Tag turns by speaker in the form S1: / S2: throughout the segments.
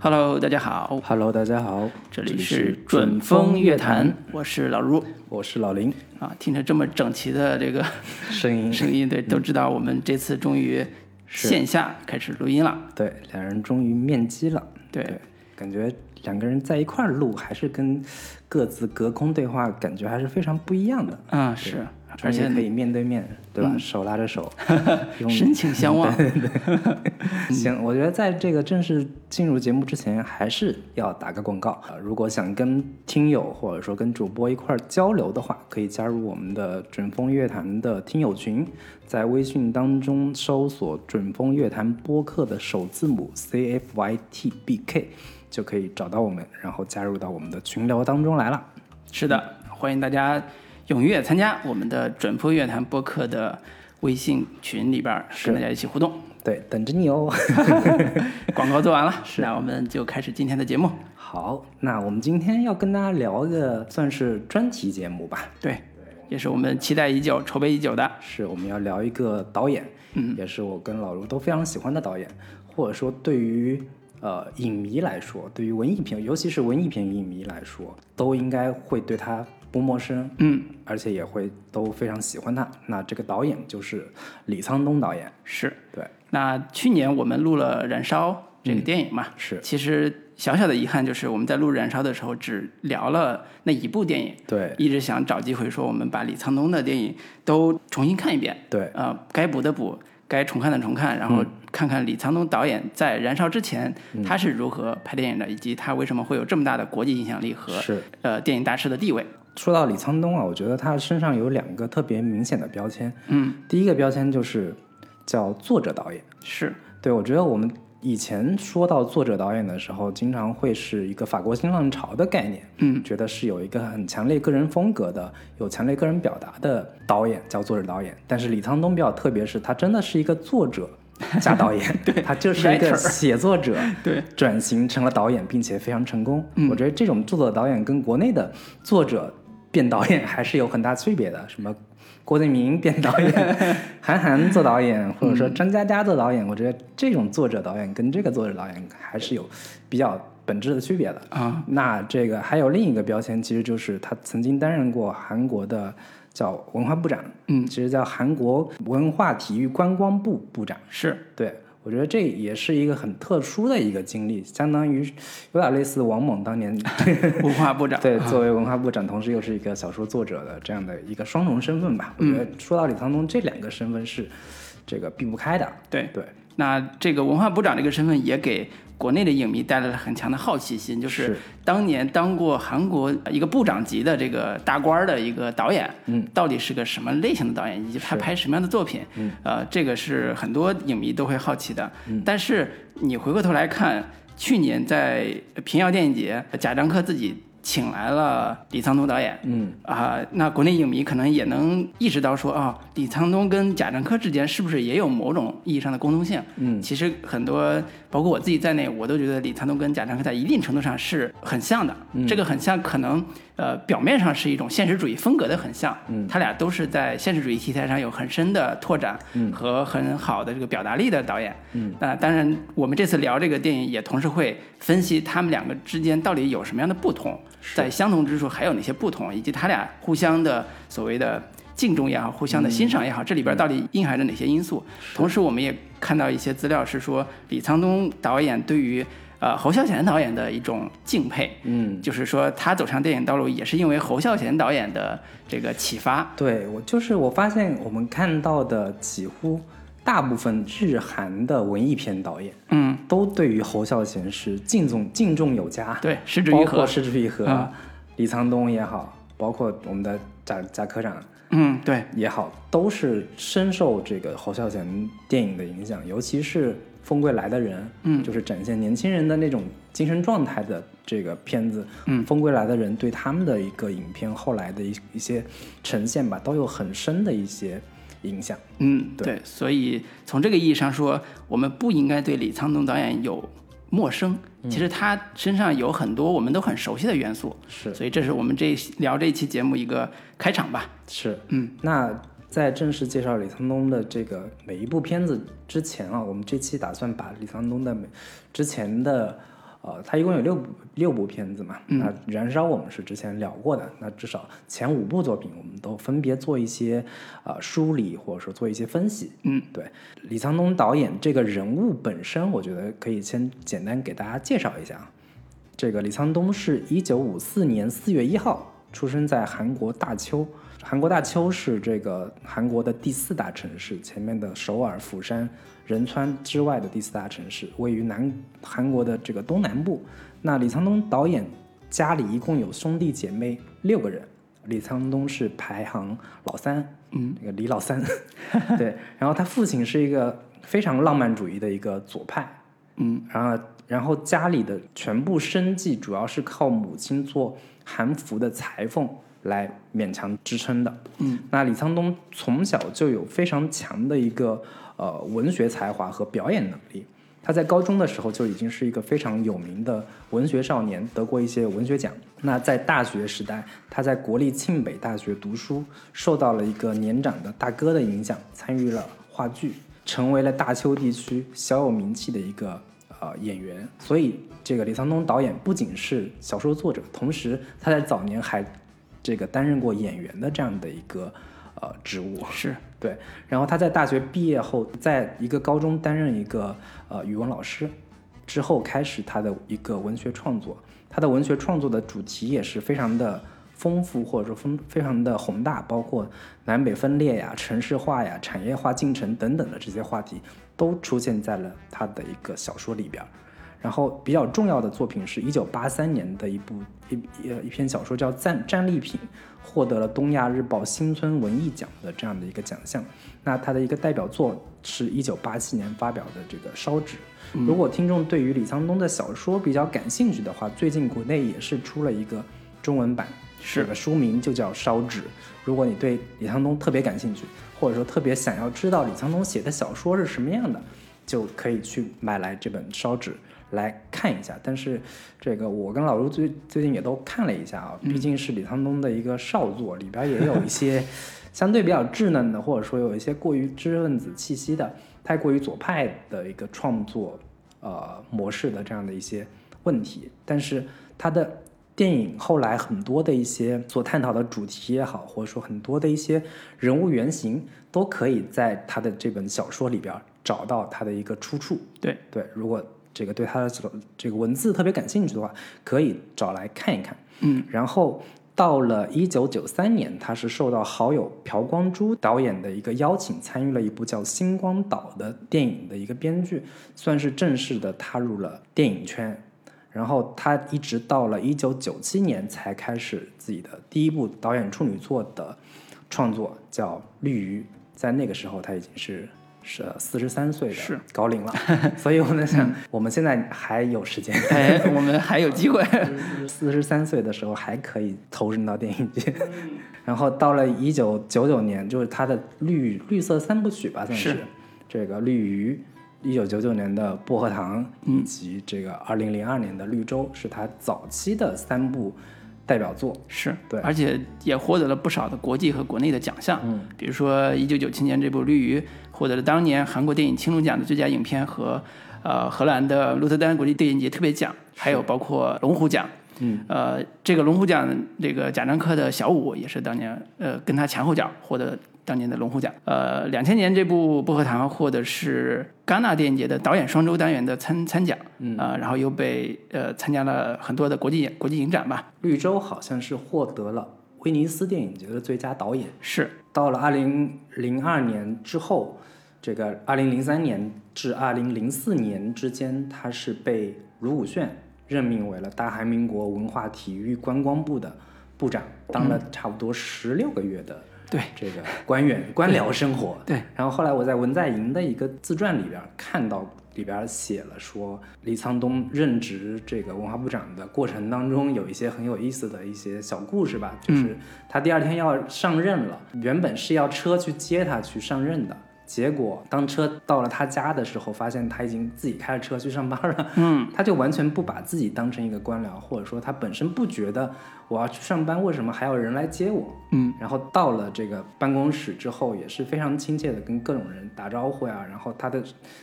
S1: Hello，大家好，
S2: Hello，大家好，
S1: 这里是准风乐坛，我是老卢
S2: 我是老林，
S1: 啊。听着这么整齐的这个
S2: 声音
S1: 声音，对，都知道我们这次终于线下开始录音了。
S2: 对，两人终于面基了。
S1: 对，
S2: 感觉两个人在一块儿录，还是跟各自隔空对话，感觉还是非常不一样的。
S1: 嗯，是，而
S2: 终于
S1: 且嗯
S2: 可以面对面，对吧？手拉 着手，用
S1: 深情相 望。
S2: 行，我觉得在这个正式进入节目之前，还是要打个广告。呃如果想跟听友或者说跟主播一块儿交流的话，可以加入我们的准风乐坛的听友群，在微信当中搜索“准风乐坛播客”的首字母 CFYTBK，就可以找到我们，然后加入到我们的群聊当中来了。
S1: 是的，欢迎大家踊跃参加我们的准扑乐坛播客的微信群里边儿，跟大家一起互动。
S2: 对，等着你哦。
S1: 广告做 完了，那我们就开始今天的节目。
S2: 好，那我们今天要跟大家聊一个算是专题节目吧。
S1: 对，也是我们期待已久、筹备已久的。
S2: 是我们要聊一个导演，嗯，也是我跟老卢都非常喜欢的导演，或者说对于呃影迷来说，对于文艺片，尤其是文艺片影迷来说，都应该会对他不陌生，嗯，而且也会都非常喜欢他。那这个导演就是李沧东导演，
S1: 是，
S2: 对，嗯
S1: 那去年我们录了《燃烧》这个电影嘛，
S2: 是
S1: 其实小小的遗憾就是我们在录《燃烧》的时候只聊了那一部电影，
S2: 对，
S1: 一直想找机会说我们把李沧东的电影都重新看一遍，
S2: 对，嗯
S1: 呃，该补的补，该重看的重看，然后看看李沧东导演在《燃烧》之前、他是如何拍电影的，以及他为什么会有这么大的国际影响力和
S2: 是。
S1: 呃电影大师的地位。
S2: 说到李沧东啊，我觉得他身上有两个特别明显的标签，嗯，第一个标签就是叫作者导演。
S1: 是，
S2: 对，我觉得我们以前说到作者导演的时候，经常会是一个法国新浪潮的概念，嗯，觉得是有一个很强烈个人风格的、有强烈个人表达的导演叫作者导演。但是李沧东比较特别是，他真的是一个作者加导演， 他就是一个
S1: writer
S2: 写作者，
S1: 对，嗯
S2: 转型成了导演，并且非常成功。我觉得这种作者导演跟国内的作者变导演还是有很大区别的。什么郭敬明变 导演，韩寒做导演，或者
S1: 嗯
S2: 说张嘉佳做导演，我觉得这种作者导演跟这个作者导演还是有比较本质的区别的。
S1: 啊，
S2: 那这个还有另一个标签，其实就是他曾经担任过韩国的叫文化部长，
S1: 嗯，
S2: 其实叫韩国文化体育观光部部长。
S1: 是，
S2: 对，我觉得这也是一个很特殊的一个经历，相当于有点类似王猛当年
S1: 文化部长，
S2: 对作为文化部长，同时又是一个小说作者的这样的一个双重身份吧。我觉
S1: 嗯
S2: 得说到李沧东，这两个身份是这个避不开的。
S1: 对。
S2: 对，
S1: 那这个文化部长这个身份也给国内的影迷带来了很强的好奇心，就是
S2: 是
S1: 当年当过韩国一个部长级的这个大官儿的一个导演，嗯，到底是个什么类型的导演，以及他拍什么样的作品，嗯，呃，这个是很多影迷都会好奇的。但是你回过头来看，去年在平遥电影节，贾樟柯自己。请来了李沧东导演，
S2: 嗯
S1: 啊、那国内影迷可能也能意识到说，啊、李沧东跟贾樟柯之间是不是也有某种意义上的共通性？
S2: 嗯
S1: 其实很多，包括我自己在内，我都觉得李沧东跟贾樟柯在一定程度上是很像的。
S2: 嗯
S1: 这个很像，可能呃表面上是一种现实主义风格的很像，嗯，他俩都是在现实主义题材上有很深的拓展
S2: 嗯
S1: 和很好的这个表达力的导演。嗯，那当然，我们这次聊这个电影，也同时会分析他们两个之间到底有什么样的不同，在相同之处还有哪些不同，以及他俩互相的所谓的敬重也好，互相的欣赏也
S2: 嗯
S1: 好，这里边到底蕴含着哪些因素？同时，我们也看到一些资料是说，李沧东导演对于呃侯孝贤导演的一种敬佩，
S2: 嗯，
S1: 就是说他走上电影道路也是因为侯孝贤导演的这个启发。
S2: 对我就是我发现我们看到的几乎大部分日韩的文艺片导演
S1: 嗯，
S2: 都对于侯孝贤是敬重敬重有加。
S1: 对，食之
S2: 包
S1: 愈
S2: 括
S1: 合。
S2: 失之愈合，
S1: 嗯
S2: 李沧东也好，包括我们的贾贾科长
S1: 嗯，对，
S2: 也好，都是深受这个侯孝贤电影的影响，尤其是《风归来的人》，嗯，就是展现年轻人的那种精神状态的这个片子，嗯，《风归来的人》对他们的一个影片后来的一一些呈现吧，都有很深的一些影响。
S1: 嗯，
S2: 对
S1: 对，所以从这个意义上说，我们不应该对李沧东导演有陌生。其
S2: 嗯
S1: 实他身上有很多我们都很熟悉的元素，
S2: 是
S1: 所以这是我们这一聊这一期节目一个开场吧。
S2: 是，
S1: 嗯，
S2: 那在正式介绍李沧东的这个每一部片子之前啊，我们这期打算把李沧东的每之前的呃，它一共有六部六部片子嘛。
S1: 嗯
S2: 那《燃烧》我们是之前聊过的，那至少前五部作品我们都分别做一些呃梳理，或者说做一些分析。
S1: 嗯，
S2: 对，李沧东导演这个人物本身，我觉得可以先简单给大家介绍一下啊。这个李沧东是一九五四年四月一号出生在韩国大邱。韩国大邱是这个韩国的第四大城市，前面的首尔、釜山、仁川之外的第四大城市，位于南韩国的这个东南部。那李沧东导演家里一共有兄弟姐妹六个人，李沧东是排行老三，嗯，那个李老三， 对。然后他父亲是一个非常浪漫主义的一个左派，嗯，然后然后家里的全部生计主要是靠母亲做韩服的裁缝来勉强支撑的。嗯，那李沧东从小就有非常强的一个呃文学才华和表演能力。他在高中的时候就已经是一个非常有名的文学少年，得过一些文学奖。那在大学时代，他在国立庆北大学读书，受到了一个年长的大哥的影响，参与了话剧，成为了大邱地区小有名气的一个呃演员。所以，这个李沧东导演不仅是小说作者，同时他在早年还这个担任过演员的这样的一个呃职务。
S1: 是
S2: 对，然后他在大学毕业后，在一个高中担任一个呃语文老师，之后开始他的一个文学创作。他的文学创作的主题也是非常的丰富，或者说丰非常的宏大，包括南北分裂呀、城市化呀、产业化进程等等的这些话题，都出现在了他的一个小说里边儿。然后比较重要的作品是一九八三年的一部一一一篇小说叫《战战利品》，获得了《东亚日报》新村文艺奖的这样的一个奖项。那它的一个代表作是一九八七年发表的这个《烧纸》。如果听众对于李沧东的小说比较感兴趣的话，最近国内也是出了一个中文版，
S1: 是
S2: 这个书名就叫《烧纸》。如果你对李沧东特别感兴趣，或者说特别想要知道李沧东写的小说是什么样的，就可以去买来这本《烧纸》来看一下。但是，这个我跟老卢最最近也都看了一下啊，毕竟是李沧东的一个少作，里边也有一些相对比较稚嫩的，或者说有一些过于知识分子气息的、太过于左派的一个创作呃模式的这样的一些问题。但是他的电影后来很多的一些所探讨的主题也好，或者说很多的一些人物原型，都可以在他的这本小说里边找到他的一个出处。
S1: 对
S2: 对，如果这个对他的这个这个文字特别感兴趣的话，可以找来看一看。
S1: 嗯，
S2: 然后到了一九九三年，他是受到好友朴光洙导演的一个邀请，参与了一部叫《星光岛》的电影的一个编剧，算是正式的踏入了电影圈。然后他一直到了一九九七年才开始自己的第一部导演处女作的创作，叫《绿鱼》。在那个时候，他已经是是四十三岁的
S1: 是
S2: 高龄了， 所以我在想，我们现在还有时间，
S1: 哎，我们还有机会。
S2: 四十三岁的时候还可以投身到电影界。然后到了一九九九年，就是他的绿绿色三部曲吧，算是
S1: 是
S2: 这个绿鱼。一九九九年的《薄荷糖》以及这个二零零二年的《绿洲》是他早期的三部代表作。
S1: 是
S2: 对
S1: 而且也获得了不少的国际和国内的奖项，嗯，比如说一九九七年这部《绿鱼》获得了当年韩国电影青龙奖的最佳影片和呃荷兰的鹿特丹国际电影节特别奖，还有包括龙虎奖。嗯，呃，这个龙虎奖，这个贾樟柯的小五也是当年，呃，跟他前后脚获得当年的龙虎奖。呃，两千年这部《薄荷糖》获得是戛纳电影节的导演双周单元的参参奖，嗯，呃，然后又被呃参加了很多的国际影国际影展吧，
S2: 绿洲好像是获得了威尼斯电影节的最佳导演。
S1: 是
S2: 到了二零零二年之后，这个二零零三年至二零零四年之间，他是被卢武铉任命为了大韩民国文化体育观光部的部长，当了差不多十六个月的
S1: 对
S2: 这个官员、官僚生活。
S1: 对，
S2: 然后后来我在文在寅的一个自传里边看到里边写了说，李沧东任职这个文化部长的过程当中，有一些很有意思的一些小故事吧，
S1: 嗯
S2: 就是他第二天要上任了，原本是要车去接他去上任的。结果当车到了他家的时候，发现他已经自己开着车去上班了。嗯， 他就完全不把自己当成一个官僚，或者说他本身不觉得我要去上班，为什么还有人来接我？嗯然后到了这个办公室之后，也是非常亲切的跟各种人打招呼呀、然后他的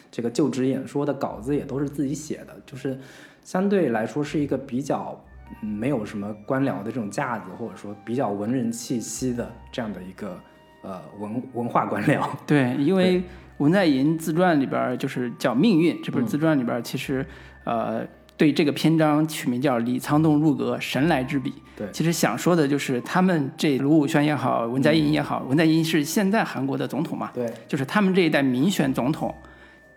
S2: 这个就职演说的稿子也都是自己写的，就是相对来说是一个比较嗯没有什么官僚的这种架子，或者说比较文人气息的这样的一个呃文文化官僚。
S1: 对，因为文在寅自传里边儿就是叫《命运》这
S2: 嗯
S1: 本自传里边，其实、呃对这个篇章取名叫“李沧东入阁，神来之笔”。
S2: 对
S1: 其实想说的就是他们这卢武铉也好，文在寅
S2: 嗯
S1: 也好，文在寅是现在韩国的总统嘛，
S2: 对，
S1: 就是他们这一代民选总统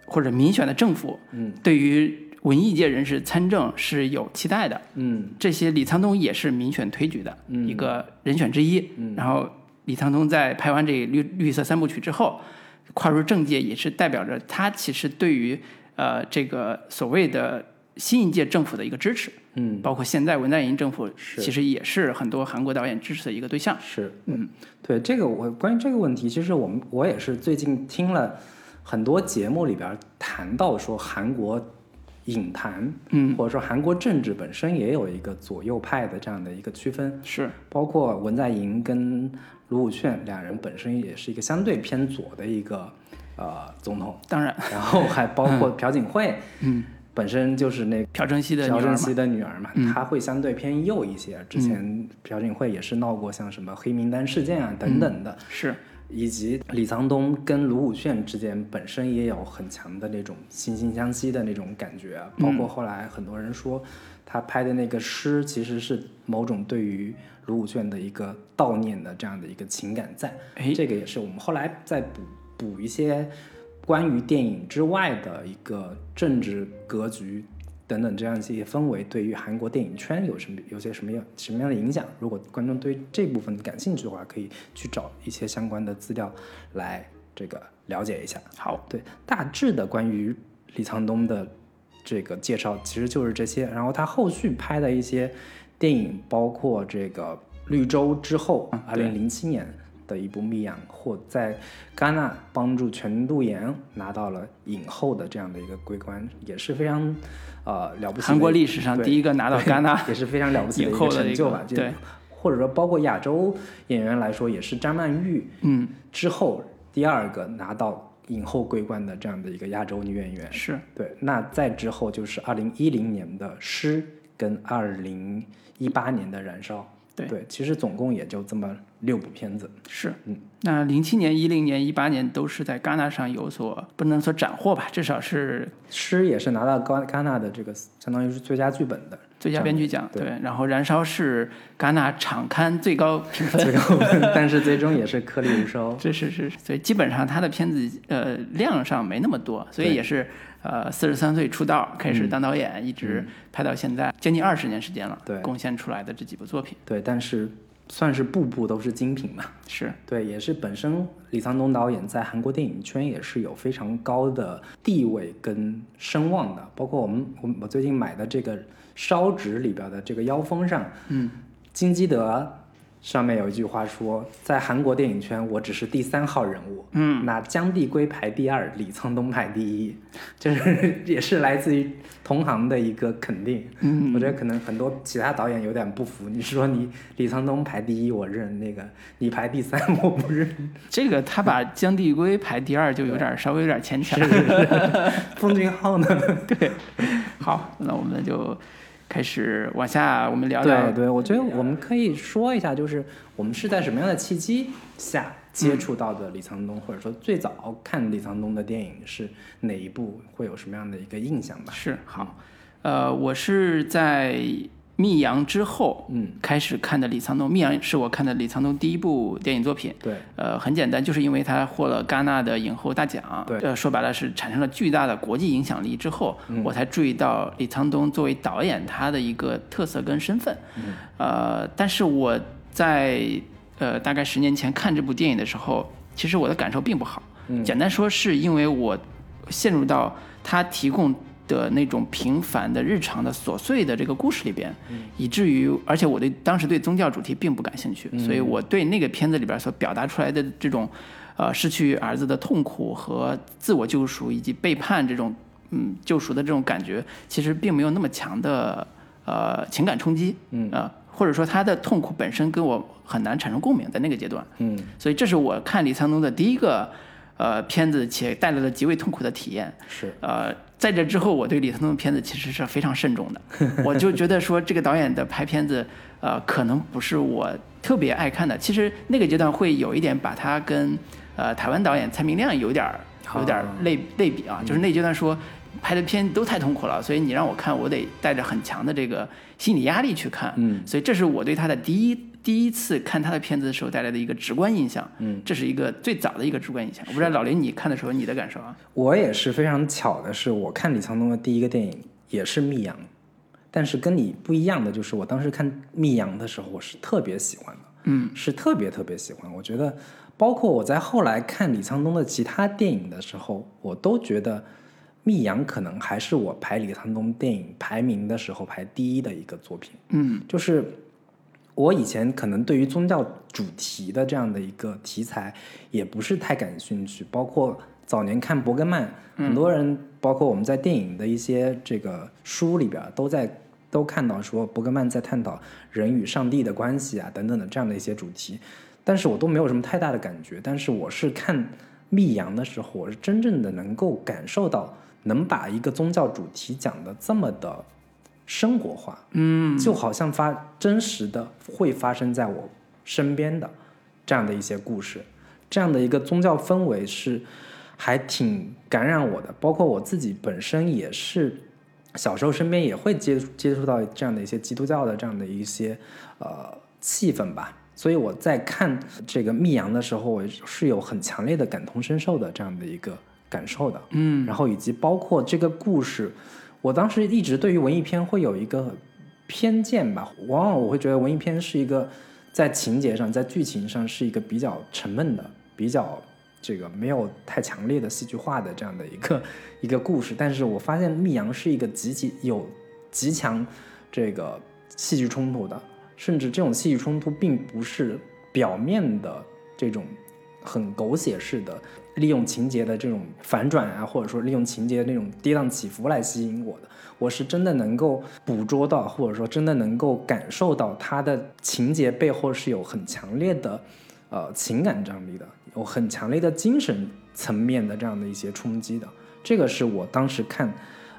S1: 或者民选的政府，
S2: 嗯，
S1: 对于文艺界人士参政是有期待的。
S2: 嗯
S1: 这些李沧东也是民选推举的
S2: 嗯
S1: 一个人选之一。
S2: 嗯
S1: 然后李沧东在拍完这《绿绿色三部曲》之后，跨入政界也是代表着他其实对于呃这个所谓的新一届政府的一个支持，
S2: 嗯，
S1: 包括现在文在寅政府
S2: 是
S1: 其实也是很多韩国导演支持的一个对象。
S2: 是，嗯，对这个我关于这个问题，其实我们我也是最近听了很多节目里边儿谈到说韩国影坛，
S1: 嗯，
S2: 或者说韩国政治本身也有一个左右派的这样的一个区分，
S1: 是
S2: 包括文在寅跟卢武铉两人本身也是一个相对偏左的一个呃总统，
S1: 当然，
S2: 然后还包括朴槿惠，
S1: 嗯，
S2: 本身就是那
S1: 朴正熙的女
S2: 朴
S1: 儿
S2: 正
S1: 嘛，嗯
S2: 熙的女儿嘛，她会相对偏右一些。之前朴槿惠也是闹过像什么黑名单事件啊等等的，
S1: 是
S2: 以及李沧东跟卢武铉之间本身也有很强的那种惺惺相惜的那种感觉。啊包
S1: 嗯
S2: 括后来很多人说，他拍的那个诗其实是某种对于卢武铉的一个悼念的这样的一个情感在。
S1: 哎
S2: 这个也是我们后来再补补一些关于电影之外的一个政治格局等等这样一些氛围，对于韩国电影圈有什么有些什么样什么样的影响？如果观众对这部分感兴趣的话，可以去找一些相关的资料来这个了解一下。
S1: 好，
S2: 对，大致的关于李沧东的这个介绍其实就是这些。然后他后续拍的一些电影，包括这个《绿洲》之后，
S1: 嗯
S2: 二零零七年的一部《密养》，或在戛纳帮助全度妍拿到了影后的这样的一个桂冠，也是非常呃了不起的
S1: 韩
S2: 一个。
S1: 国历史上
S2: 对
S1: 第一个拿到戛纳
S2: 也是非常了不起 的
S1: 影
S2: 一
S1: 后
S2: 个
S1: 的一
S2: 成就
S1: 个
S2: 吧。这
S1: 对，
S2: 或者说包括亚洲演员来说，也是张曼玉
S1: 嗯
S2: 之后第二个拿到影后桂冠的这样的一个亚洲女演员。
S1: 是
S2: 对，那再之后就是二零一零年的《诗》跟二零一八年的《燃烧》。
S1: 对
S2: 其实总共也就这么六部片子。
S1: 是，
S2: 嗯，
S1: 那零七年、一零年、一八年都是在戛纳上有所不能说斩获吧，至少是
S2: 诗也是拿到戛戛纳的这个，相当于是最佳剧本 的
S1: 最佳编剧奖。
S2: 对
S1: 然后《燃烧》是戛纳场刊最高评分，
S2: 最高分，但是最终也是颗粒无收。
S1: 这是是，所以基本上他的片子呃量上没那么多，所以
S2: 对嗯
S1: 也是呃四十三岁出道开始当导演，一直拍到现在将近二十年时间了，
S2: 对
S1: 贡献出来的这几部作品
S2: 对，但是算是步步都是精品嘛。
S1: 是
S2: 对，也是本身李沧东导演在韩国电影圈也是有非常高的地位跟声望的，包括我们我我最近买的这个烧纸里边的这个腰封上，
S1: 嗯，
S2: 金基德上面有一句话说，在韩国电影圈我只是第三号人物，嗯，那姜帝圭排第二，李沧东排第一， 就是也是来自于同行的一个肯定，嗯，我觉得可能很多其他导演有点不服，你说你李沧东排第一我认，那个你排第三我不认，
S1: 这个他把江帝圭排第二就有点儿稍微有点儿牵强。
S2: 奉俊昊呢？
S1: 好，那我们就开始往下，我们聊聊
S2: 对对，我觉得我们可以说一下，就是我们是在什么样的契机下接触到的李沧东，或者说最早看李沧东的电影是哪一部，会有什么样的一个印象吧？
S1: 是好，
S2: 嗯
S1: 呃，我是在密阳之后
S2: 嗯，
S1: 开始看的李沧东，密阳是我看的李沧东第一部电影作品。
S2: 对，
S1: 呃，很简单，就是因为他获了戛纳的影后大奖，
S2: 对
S1: 呃，说白了是产生了巨大的国际影响力之后，
S2: 嗯
S1: 我才注意到李沧东作为导演他的一个特色跟身份，
S2: 嗯
S1: 呃，但是我在呃大概十年前看这部电影的时候，其实我的感受并不好，
S2: 嗯
S1: 简单说是因为我陷入到他提供。的那种平凡的、日常的、琐碎的这个故事里边，以至于，而且我对当时对宗教主题并不感兴趣，所以我对那个片子里边所表达出来的这种，呃，失去儿子的痛苦和自我救赎以及背叛这种，嗯，救赎的这种感觉，其实并没有那么强的呃情感冲击，嗯呃，或者说他的痛苦本身跟我很难产生共鸣，在那个阶段，
S2: 嗯，
S1: 所以这是我看李沧东的第一个呃片子，且带来了极为痛苦的体验。
S2: 是
S1: 呃，在这之后，我对李沧东的片子其实是非常慎重的，我就觉得说这个导演的拍片子，呃，可能不是我特别爱看的。其实那个阶段会有一点把他跟呃台湾导演蔡明亮有点儿有点儿类类比啊，就是那阶段说拍的片都太痛苦了，所以你让我看，我得带着很强的这个心理压力去看。嗯，所以这是我对他的第一。第一次看他的片子的时候带来的一个直观印象，嗯，这是一个最早的一个直观印象。我不知道老林你看的时候你的感受啊？
S2: 我也是非常巧的是，我看李沧东的第一个电影也是《密阳》，但是跟你不一样的就是，我当时看《密阳》的时候，我是特别喜欢的，嗯，是特别特别喜欢。我觉得，包括我在后来看李沧东的其他电影的时候，我都觉得《密阳》可能还是我排李沧东电影排名的时候排第一的一个作品，
S1: 嗯，
S2: 就是。我以前可能对于宗教主题的这样的一个题材，也不是太感兴趣。包括早年看伯格曼，很多人，包括我们在电影的一些这个书里边，都在都看到说伯格曼在探讨人与上帝的关系啊等等的这样的一些主题，但是我都没有什么太大的感觉。但是我是看《密阳》的时候，我是真正的能够感受到，能把一个宗教主题讲的这么的。生活化，
S1: 嗯，
S2: 就好像发真实的会发生在我身边的这样的一些故事，这样的一个宗教氛围是还挺感染我的。包括我自己本身也是小时候身边也会接触接触到这样的一些基督教的这样的一些呃气氛吧。所以我在看这个《密阳》的时候，我是有很强烈的感同身受的这样的一个感受的，
S1: 嗯，
S2: 然后以及包括这个故事。我当时一直对于文艺片会有一个偏见吧，往往我会觉得文艺片是一个在情节上、在剧情上是一个比较沉闷的、比较这个没有太强烈的戏剧化的这样的一个 一个故事。但是我发现《密阳》是一个极其有极强这个戏剧冲突的，甚至这种戏剧冲突并不是表面的这种很狗血式的。利用情节的这种反转啊，或者说利用情节那种跌宕起伏来吸引我的，我是真的能够捕捉到，或者说真的能够感受到它的情节背后是有很强烈的，呃，情感张力的，有很强烈的精神层面的这样的一些冲击的。这个是我当时看，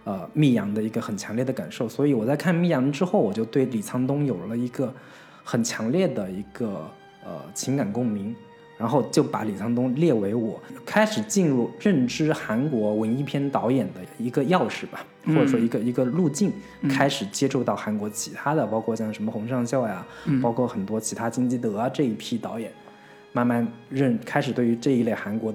S2: 呃，《密阳》的一个很强烈的感受。所以我在看《密阳》之后，我就对李沧东有了一个很强烈的一个呃情感共鸣。然后就把李沧东列为我开始进入认知韩国文艺片导演的一个钥匙吧，或者说一个一个路径，开始接触到韩国其他的，包括像什么洪尚秀呀，包括很多其他金基德啊这一批导演，慢慢认开始对于这一类韩国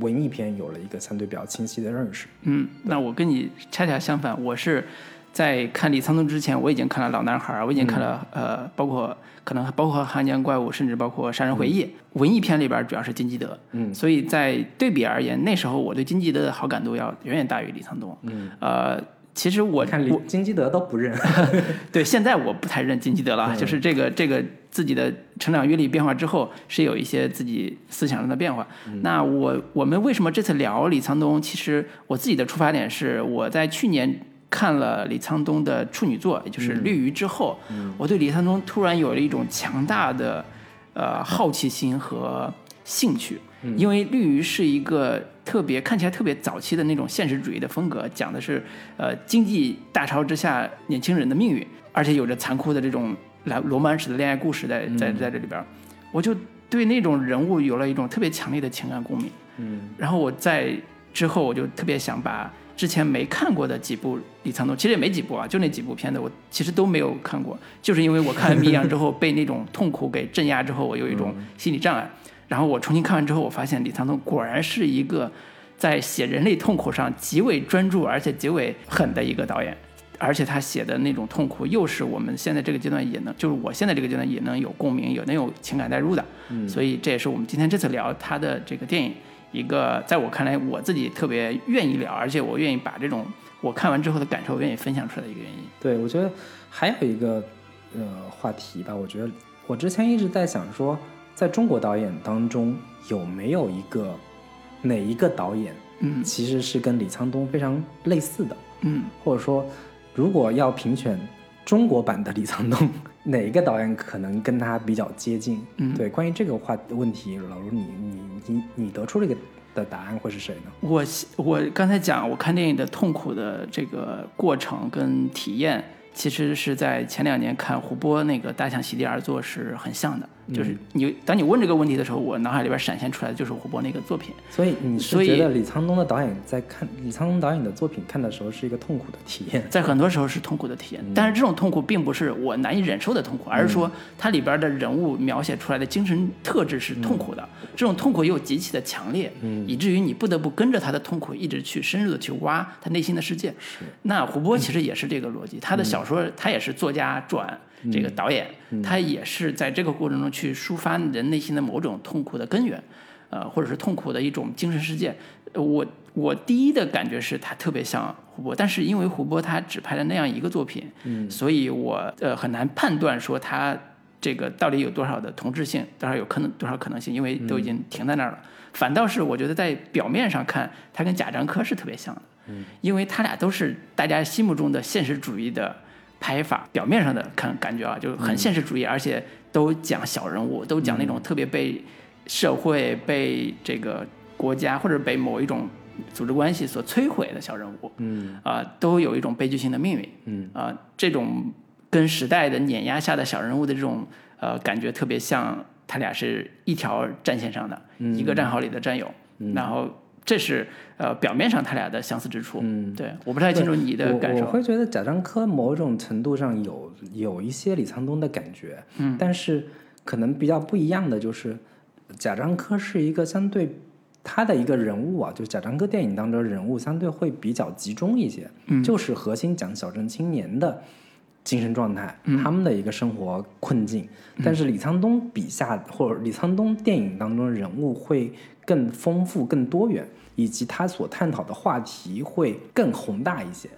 S2: 文艺片有了一个相对比较清晰的认识。
S1: 嗯，那我跟你恰恰相反，我是。在看李沧东之前，我已经看了《老男孩》，我已经看了、嗯、呃，包括可能包括《汉江怪物》，甚至包括《杀人回忆》嗯。文艺片里边主要是金基德，
S2: 嗯，
S1: 所以在对比而言，那时候我对金基德的好感度要远远大于李沧东，
S2: 嗯，
S1: 呃，其实我
S2: 看
S1: 我
S2: 金基德都不认，
S1: 对，现在我不太认金基德了，嗯、就是这个这个自己的成长阅历变化之后，是有一些自己思想上的变化。那我我们为什么这次聊李沧东？其实我自己的出发点是我在去年。看了李沧东的处女作，也就是《绿鱼》之后，
S2: 嗯嗯、
S1: 我对李沧东突然有了一种强大的呃好奇心和兴趣，
S2: 嗯、
S1: 因为《绿鱼》是一个特别看起来特别早期的那种现实主义的风格，讲的是呃经济大潮之下年轻人的命运，而且有着残酷的这种来罗曼史的恋爱故事
S2: 嗯
S1: 在在在这里边，我就对那种人物有了一种特别强烈的情感共鸣。
S2: 嗯，
S1: 然后我在之后我就特别想把。之前没看过的几部李沧东，其实也没几部啊，就那几部片子，我其实都没有看过，就是因为我看了《密阳》之后，被那种痛苦给镇压之后，我有一种心理障碍。然后我重新看完之后，我发现李沧东果然是一个在写人类痛苦上极为专注，而且极为狠的一个导演。而且他写的那种痛苦，又是我们现在这个阶段也能，就是我现在这个阶段也能有共鸣，也能有情感代入的。
S2: 嗯、
S1: 所以这也是我们今天这次聊他的这个电影。一个在我看来，我自己特别愿意聊，而且我愿意把这种我看完之后的感受愿意分享出来的一个原因。
S2: 对，我觉得还有一个呃话题吧，我觉得我之前一直在想说，在中国导演当中有没有一个哪一个导演，
S1: 嗯，
S2: 其实是跟李沧东非常类似的，
S1: 嗯，
S2: 或者说如果要评选中国版的李沧东，哪一个导演可能跟他比较接近？
S1: 嗯，
S2: 对，关于这个话问题，老卢你你。你你你得出了一个的答案会是谁呢？
S1: 我我刚才讲，我看电影的痛苦的这个过程跟体验，其实是在前两年看胡波那个《大象席地而坐》是很像的。就是你当你问这个问题的时候，我脑海里边闪现出来的就是胡波那个作品。
S2: 所以你是
S1: 所以
S2: 觉得李沧东的导演在看李沧东导演的作品看的时候是一个痛苦的体验？
S1: 在很多时候是痛苦的体验，但是这种痛苦并不是我难以忍受的痛苦，而是说它里边的人物描写出来的精神特质是痛苦的，这种痛苦又极其的强烈，以至于你不得不跟着他的痛苦一直去深入的去挖他内心的世界。那胡波其实也是这个逻辑，他的小说他也是作家转这个导演，他也是在这个过程中去抒发人内心的某种痛苦的根源。呃，或者是痛苦的一种精神世界。呃我我第一的感觉是它特别像胡波，但是因为胡波他只拍了那样一个作品，嗯，所以我呃很难判断说他这个到底有多少的同质性，多少有可能多少可能性，因为都已经停在那儿了。反倒是我觉得在表面上看，他跟贾樟柯是特别像的，嗯，因为他俩都是大家心目中的现实主义的。拍法表面上的看感觉啊，就很现实主义，而且都讲小人物，都讲那种特别被社会被这个国家或者被某一种组织关系所摧毁的小人物，嗯，啊、都有一种悲剧性的命运，嗯，啊、这种跟时代的碾压下的小人物的这种呃感觉特别像，他俩是一条战线上的，一个战壕里的战友，然后这是呃表面上他俩的相似之处，嗯，对，我不太清楚你的
S2: 我
S1: 感
S2: 我
S1: 受，
S2: 会觉得贾樟柯某种程度上有有一些李沧东的感觉，嗯，但是可能比较不一样的就是，贾樟柯是一个相对他的一个人物啊，就是贾樟柯电影当中人物相对会比较集中一些，嗯，就是核心讲小镇青年的。精神状态，
S1: 嗯
S2: 他们的一个生活困境，但是李沧东笔下或者李沧东电影当中人物会更丰富、更多元，以及他所探讨的话题会更宏大一些。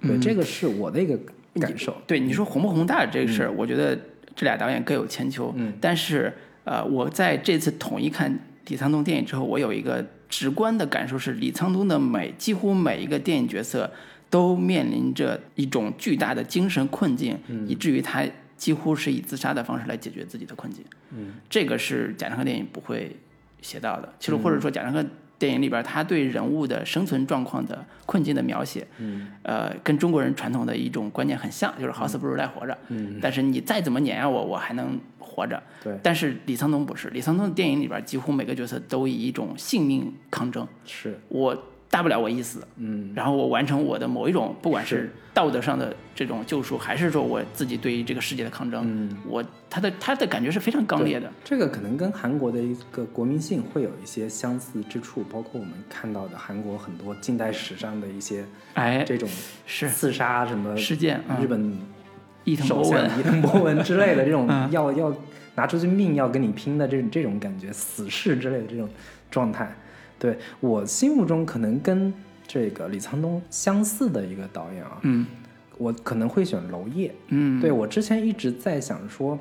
S2: 对，
S1: 嗯
S2: 这个是我的一个感受。
S1: 对你说宏不宏大这个事儿，我觉得这俩导演各有千秋。嗯，但是呃，我在这次统一看李沧东电影之后，我有一个直观的感受是，李沧东的每几乎每一个电影角色都面临着一种巨大的精神困境，以至于他几乎是以自杀的方式来解决自己的困境。嗯，这个是贾樟柯电影不会写到的。其实或者说贾樟柯电影里边，他对人物的生存状况的困境的描写，嗯，呃，跟中国人传统的一种观念很像，就是好死不如赖活着。嗯，但是你再怎么碾压我，我还能活着。
S2: 对
S1: 但是李沧东不是，李沧东的电影里边几乎每个角色都以一种性命抗争，
S2: 是，
S1: 我大不了我一死，嗯，然后我完成我的某一种，不管是道德上的这种救赎，还是说我自己对于这个世界的抗争，嗯，我他的他的感觉是非常刚烈的，
S2: 这个可能跟韩国的一个国民性会有一些相似之处，包括我们看到的韩国很多近代史上的一些
S1: 哎，
S2: 这种
S1: 是
S2: 刺杀什么
S1: 事件啊，
S2: 日本
S1: 伊藤
S2: 首
S1: 博文，
S2: 相伊藤博文之类的这种
S1: 嗯
S2: 要 要拿出去命要跟你拼的这种这种感觉，死士之类的这种状态。对我心目中可能跟这个李沧东相似的一个导演啊，
S1: 嗯
S2: 我可能会选娄烨。
S1: 嗯，
S2: 对我之前一直在想说，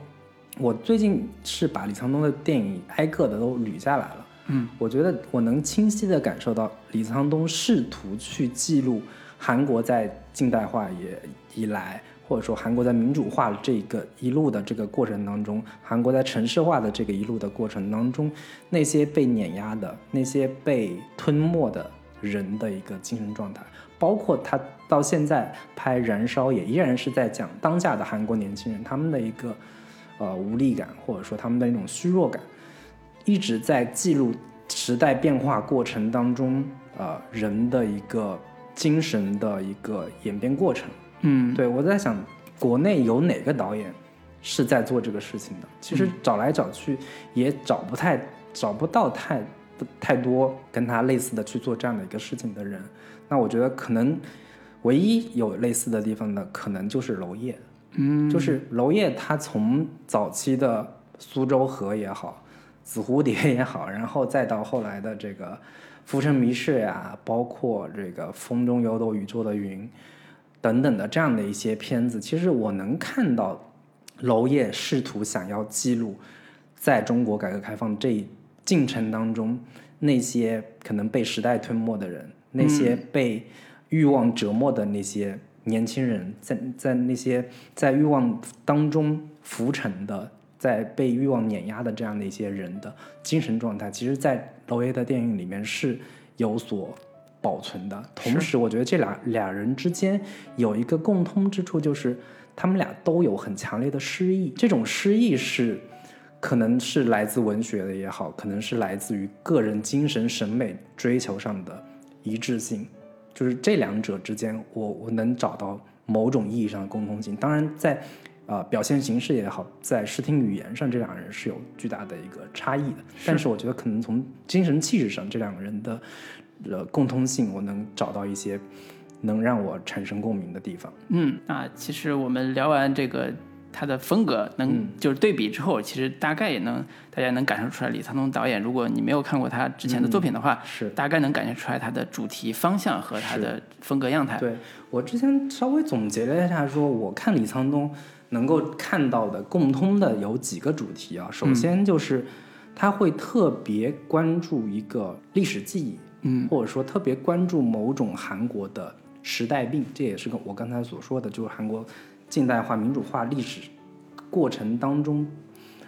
S2: 我最近是把李沧东的电影挨个的都捋下来了。
S1: 嗯，
S2: 我觉得我能清晰的感受到李沧东试图去记录韩国在近代化也以来，或者说韩国在民主化这个一路的这个过程当中，韩国在城市化的这个一路的过程当中，那些被碾压的、那些被吞没的人的一个精神状态，包括他到现在拍《燃烧》也依然是在讲当下的韩国年轻人他们的一个呃无力感，或者说他们的一种虚弱感。一直在记录时代变化过程当中，呃，人的一个精神的一个演变过程。
S1: 嗯
S2: 对我在想，国内有哪个导演是在做这个事情的？其
S1: 嗯
S2: 实找来找去也找不太找不到太不太多跟他类似的去做这样的一个事情的人。那我觉得可能唯一有类似的地方的，可能就是娄烨。
S1: 嗯，
S2: 就是娄烨他从早期的苏州河也好，紫蝴蝶也好，然后再到后来的这个《浮生迷事》呀，包括这个《风中有朵雨做的云》等等的这样的一些片子，其实我能看到娄烨试图想要记录在中国改革开放这一进程当中那些可能被时代吞没的人，那些被欲望折磨的那些年轻人，在在那些在欲望当中浮沉的在被欲望碾压的这样的一些人的精神状态，其实，在娄烨的电影里面是有所保存的。同时，我觉得这俩俩人之间有一个共通之处，就是他们俩都有很强烈的诗意。这种诗意是，可能是来自文学的也好，可能是来自于个人精神审美追求上的一致性。就是这两者之间，我我能找到某种意义上的共通性。当然，在呃，表现形式也好，在视听语言上，这两个人是有巨大的一个差异的。但是我觉得，可能从精神气质上，这两个人的呃共通性，我能找到一些能让我产生共鸣的地方。
S1: 嗯，那其实我们聊完这个他的风格，能、就是对比之后，其实大概也能大家能感受出来，李沧东导演，如果你没有看过他之前的作品的话，
S2: 是
S1: 大概能感觉出来他的主题方向和他的风格样态。
S2: 对我之前稍微总结了一下说，我看李沧东能够看到的共通的有几个主题啊。首先就是他会特别关注一个历史记忆，嗯，或者说特别关注某种韩国的时代病，这也是跟我刚才所说的，就是韩国近代化、民主化历史过程当中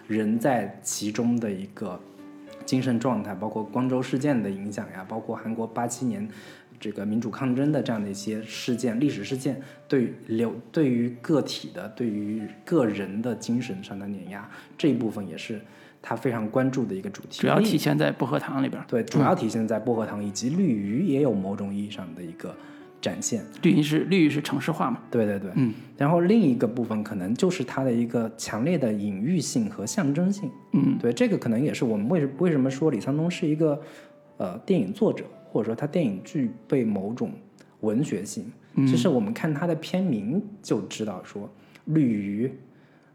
S2: 人在其中的一个精神状态，包括光州事件的影响呀，包括韩国八七年这个民主抗争的这样的一些事件、历史事件，对流对于个体的、对于个人的精神上的碾压，这一部分也是他非常关注的一个主题。
S1: 主要体嗯现在薄荷糖里边，
S2: 对，主要体现在薄荷糖以及绿鱼也有某种意义上的一个展现。
S1: 绿云是绿云是城市化嘛？
S2: 对对对，
S1: 嗯。
S2: 然后另一个部分可能就是它的一个强烈的隐喻性和象征性。
S1: 嗯，
S2: 对，这个可能也是我们为什为什么说李沧东是一个呃电影作者，或者说他电影具备某种文学性。其实我们看他的片名就知道说，绿鱼、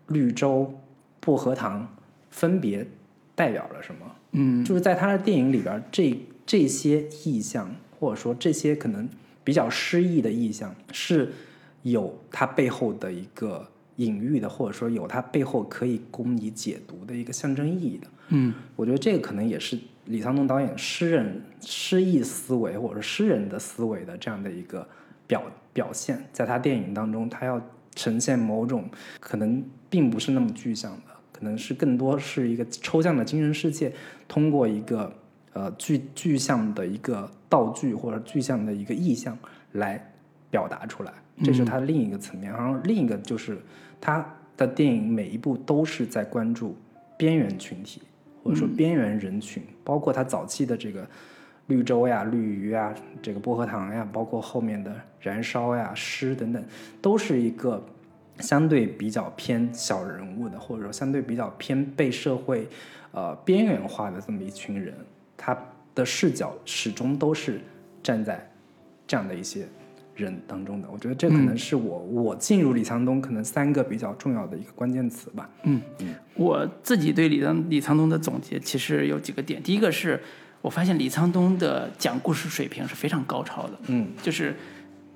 S2: 绿洲、薄荷糖分别代表了什么。
S1: 嗯，
S2: 就是在他的电影里边儿，这这些意象，或者说这些可能比较诗意的意象，是有它背后的一个隐喻的，或者说有它背后可以供你解读的一个象征意义的。
S1: 嗯，
S2: 我觉得这个可能也是李沧东导演诗人诗意思维，或者说诗人的思维的这样的一个表表现，在他电影当中，他要呈现某种可能并不是那么具象的，可能是更多是一个抽象的精神世界，通过一个呃具具象的一个道具或者具象的一个意象来表达出来，这是他另一个层面。然后另一个就是他的电影每一部都是在关注边缘群体或者说边缘人群，包括他早期的这个。绿洲呀、绿鱼呀、这个薄荷糖呀，包括后面的燃烧呀、诗等等，都是一个相对比较偏小人物的，或者说相对比较偏被社会呃边缘化的这么一群人，他的视角始终都是站在这样的一些人当中的。我觉得这可能是我、我进入李沧东可能三个比较重要的一个关键词吧。
S1: 我自己对李沧李沧东的总结其实有几个点，第一个是我发现李沧东的讲故事水平是非常高超的，
S2: 嗯，
S1: 就是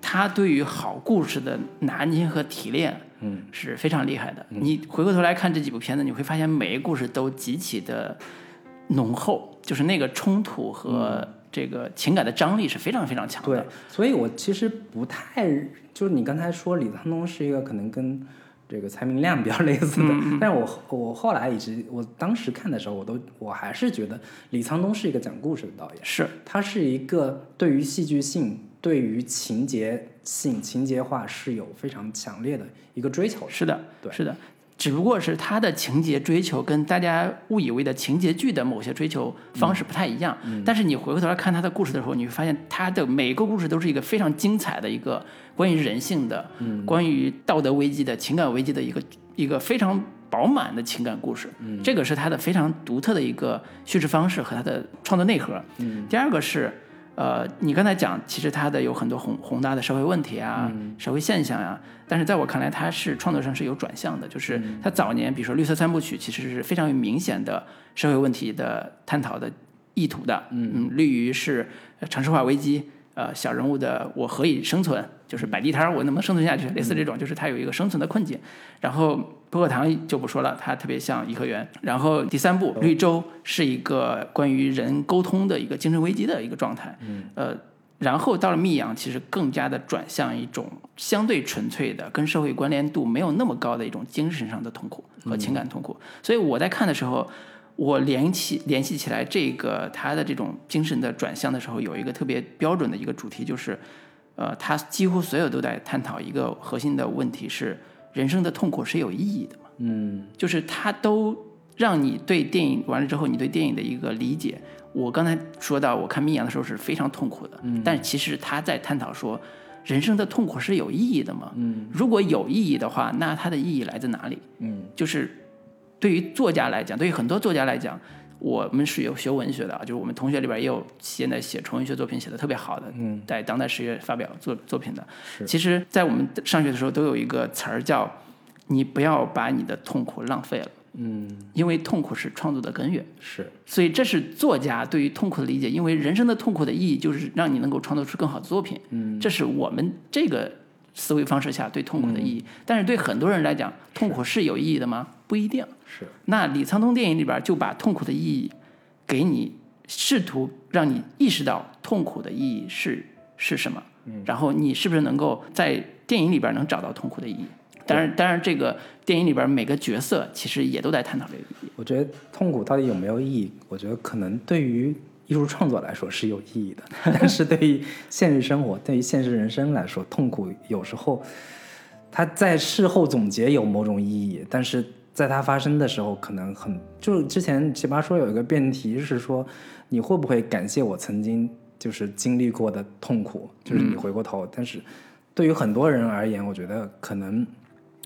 S1: 他对于好故事的拿捏和提炼，
S2: 嗯，
S1: 是非常厉害的。你回过头来看这几部片子，你会发现每一个故事都极其的浓厚，就是那个冲突和这个情感的张力是非常非常强
S2: 对
S1: 的。，
S2: 所以我其实不太，就是你刚才说李沧东是一个可能跟这个蔡明亮比较类似的， 但是我后我后来一直，我当时看的时候，我都我还是觉得李沧东是一个讲故事的导演，
S1: 是，
S2: 他是一个对于戏剧性、对于情节性、情节化是有非常强烈的一个追求的。
S1: 是的，
S2: 对
S1: 是的，只不过是他的情节追求跟大家误以为的情节剧的某些追求方式不太一样。
S2: 嗯
S1: 但是你回过头来看他的故事的时候，你会发现他的每个故事都是一个非常精彩的一个关于人性的、
S2: 嗯
S1: 关于道德危机的、情感危机的一个一个非常。饱满的情感故事，
S2: 嗯
S1: 这个是他的非常独特的一个叙事方式和他的创作内核。
S2: 嗯
S1: 第二个是，呃，你刚才讲，其实它的有很多宏宏大的社会问题啊、社会现象啊，但是在我看来，它是创作上是有转向的，就是它早年，比如说《绿色三部曲》，其实是非常有明显的社会问题的探讨的意图的。嗯，绿鱼是呃城市化危机，呃，小人物的我何以生存，就是摆地摊儿我能不能生存下去，类似这种，就是它有一个生存的困境。然后薄荷糖就不说了，它特别像颐和园。然后第三部《绿洲》是一个关于人沟通的一个精神危机的一个状态。嗯，呃，然后到了密阳，其实更加的转向一种相对纯粹的、跟社会关联度没有那么高的一种精神上的痛苦和情感痛苦。所以我在看的时候，我联系联系起来这个他的这种精神的转向的时候，有一个特别标准的一个主题，就是，呃，他几乎所有都在探讨一个核心的问题是：人生的痛苦是有意义的吗？
S2: 嗯
S1: 就是它都让你对电影完了之后，你对电影的一个理解。我刚才说到，我看《密阳》的时候是非常痛苦的，嗯、但其实他在探讨说，人生的痛苦是有意义的吗？
S2: 嗯，
S1: 如果有意义的话，那它的意义来自哪里？
S2: 嗯
S1: 就是对于作家来讲，对于很多作家来讲，我们是有学文学的啊，就是我们同学里边也有现在写纯文学作品写的特别好的，
S2: 嗯，
S1: 在当代十月发表作作品的
S2: 是。
S1: 其实，在我们上学的时候都有一个词儿叫“你不要把你的痛苦浪费了
S2: 嗯”，
S1: 因为痛苦是创作的根源。
S2: 是
S1: 所以这是作家对于痛苦的理解，因为人生的痛苦的意义就是让你能够创作出更好的作品。嗯，这是我们这个思维方式下对痛苦的意
S2: 嗯
S1: 义。但是对很多人来讲，痛苦是有意义的吗？不一定。
S2: 是
S1: 那李沧东电影里边就把痛苦的意义给你，试图让你意识到痛苦的意义是是什么，然后你是不是能够在电影里边能找到痛苦的意义？当然，当然，这个电影里边每个角色其实也都在探讨这个意义。
S2: 我觉得痛苦到底有没有意义？我觉得可能对于艺术创作来说是有意义的， 但是对于现实生活、对于现实人生来说，痛苦有时候它在事后总结有某种意义，但是在它发生的时候，可能很就是之前奇葩说有一个辩题是说，你会不会感谢我曾经就是经历过的痛苦？就是你回过头，但是对于很多人而言，我觉得可能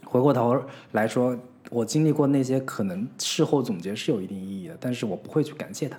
S2: 回过头来说，我经历过那些可能事后总结是有一定意义的，但是我不会去感谢它，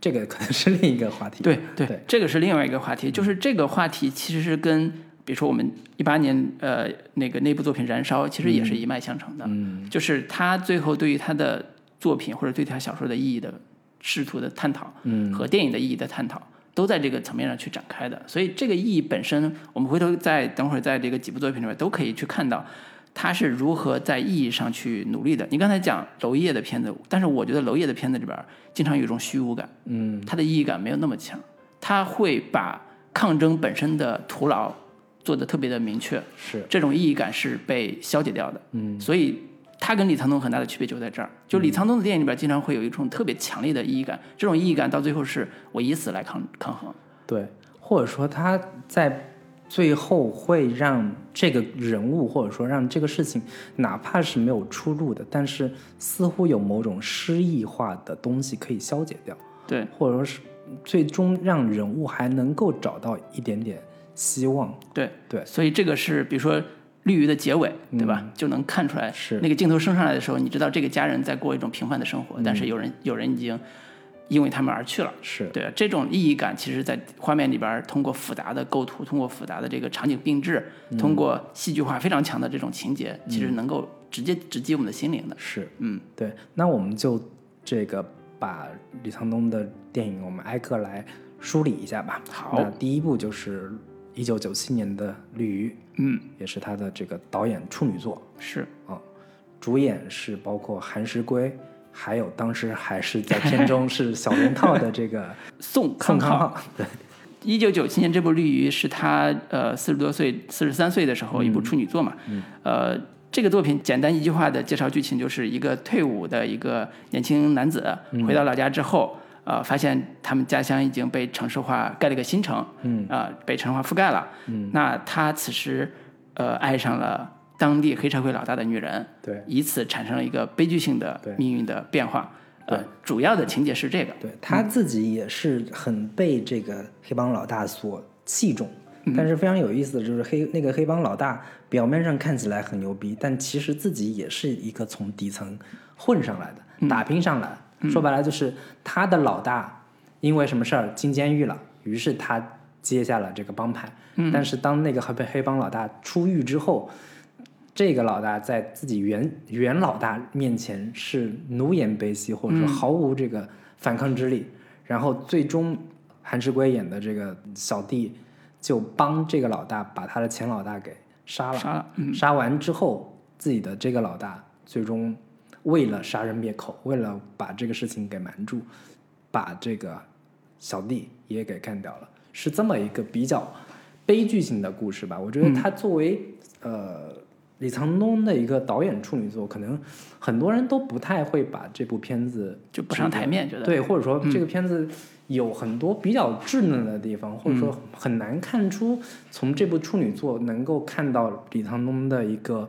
S2: 这个可能是另一个话题。
S1: 对对嗯
S2: 对，
S1: 这个是另外一个话题，就是这个话题其实是跟，比如说我们一八年呃那个那部作品《燃烧》，其实也是一脉相承的，
S2: 嗯，
S1: 就是他最后对于他的作品或者对他小说的意义的试图的探讨，
S2: 嗯，
S1: 和电影的意义的探讨。都在这个层面上去展开的，所以这个意义本身，我们回头在等会儿在这个几部作品里面都可以去看到，他是如何在意义上去努力的。你刚才讲娄烨的片子，但是我觉得娄烨的片子里边儿经常有一种虚无感，
S2: 嗯，
S1: 它的意义感没有那么强，它会把抗争本身的徒劳做得特别的明确，
S2: 是
S1: 这种意义感是被消解掉的。
S2: 嗯，
S1: 所以他跟李沧东很大的区别就在这儿，就李沧东的电影里边经常会有一种特别强烈的意义感，这种意义感到最后是我以死来抗抗衡。
S2: 对，或者说他在最后会让这个人物，或者说让这个事情，哪怕是没有出路的，但是似乎有某种诗意化的东西可以消解掉，
S1: 对，
S2: 或者说是最终让人物还能够找到一点点希望。
S1: 对
S2: 对嗯
S1: 所以这个是比如说《绿鱼》的结尾，对吧？就能看出来，
S2: 是
S1: 那个镜头升上来的时候，你知道这个家人在过一种平凡的生活，但是有人有人已经因为他们而去了。
S2: 是
S1: 对，这种意义感，其实，在画面里边儿通过复杂的构图，通过复杂的这个场景并置，通过戏剧化非常强的这种情节，其实能够直接直击我们的心灵的。
S2: 是，
S1: 嗯，
S2: 对，那我们就这个把李沧东的电影，我们挨个来梳理一下吧。
S1: 好
S2: 那第一部就是一九九七年的《绿鱼
S1: 嗯，》，
S2: 也是他的这个导演处女作
S1: 是
S2: 啊，主演是包括韩石圭，还有当时还是在片中是小龙套的这个
S1: 宋
S2: 宋
S1: 康
S2: 康
S1: 昊。
S2: 昊，对，
S1: 一九九七年，这部《绿鱼》是他呃四十多岁、四十三岁的时
S2: 嗯
S1: 候一部处女作嘛。呃，这个作品简单一句话的介绍剧情，就是一个退伍的一个年轻男子
S2: 嗯
S1: 回到老家之后，呃，发现他们家乡已经被城市化盖了一个新城，
S2: 嗯，
S1: 啊、被城市化覆盖了。嗯，那他此时呃爱上了当地黑社会老大的女人，
S2: 对，
S1: 以此产生了一个悲剧性的
S2: 对
S1: 命运的变化。呃，主要的情节是这个。
S2: 对他自己也是很被这个黑帮老大所器重。但是非常有意思的就是黑那个黑帮老大，表面上看起来很牛逼，但其实自己也是一个从底层混上来的，打拼上来。说白了就是他的老大因为什么事儿进监狱了，于是他接下了这个帮派。但是当那个黑黑帮老大出狱之后，这个老大在自己原原老大面前是奴颜卑膝，或者说毫无这个反抗之力。然后最终，韩石圭演的这个小弟就帮这个老大把他的前老大给杀了。
S1: 杀了，
S2: 杀完之后，自己的这个老大最终为了杀人灭口，为了把这个事情给瞒住，把这个小弟也给干掉了。是这么一个比较悲剧性的故事吧。我觉得他作为、呃李沧东的一个导演处女作，可能很多人都不太会把这部片子
S1: 就不上台面，觉得嗯
S2: 对，或者说这个片子有很多比较稚嫩的地方，或者
S1: 嗯
S2: 说很难看出从这部处女作能够看到李沧东的一个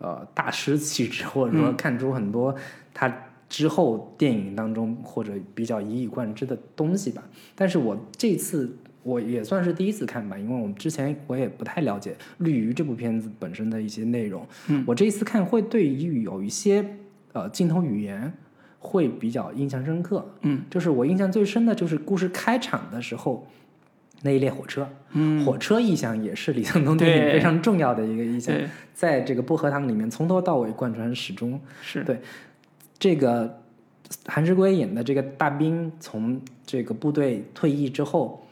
S2: 呃大师气质，或者说
S1: 嗯
S2: 看出很多他之后电影当中或者比较一以贯之的东西吧。但是我这次。我也算是第一次看吧，因为我们之前我也不太了解《绿鱼》这部片子本身的一些内容。嗯，我这一次看会对于有一些呃镜头语言会比较印象深刻。
S1: 嗯，
S2: 就是我印象最深的就是故事开场的时候那一列火车，
S1: 嗯，
S2: 火车意象也是李沧东电影
S1: 对
S2: 非常重要的一个意象，
S1: 对
S2: 在这个薄荷糖里面从头到尾贯穿始终。
S1: 是
S2: 对这个韩石圭演的这个大兵从这个部队退役之后，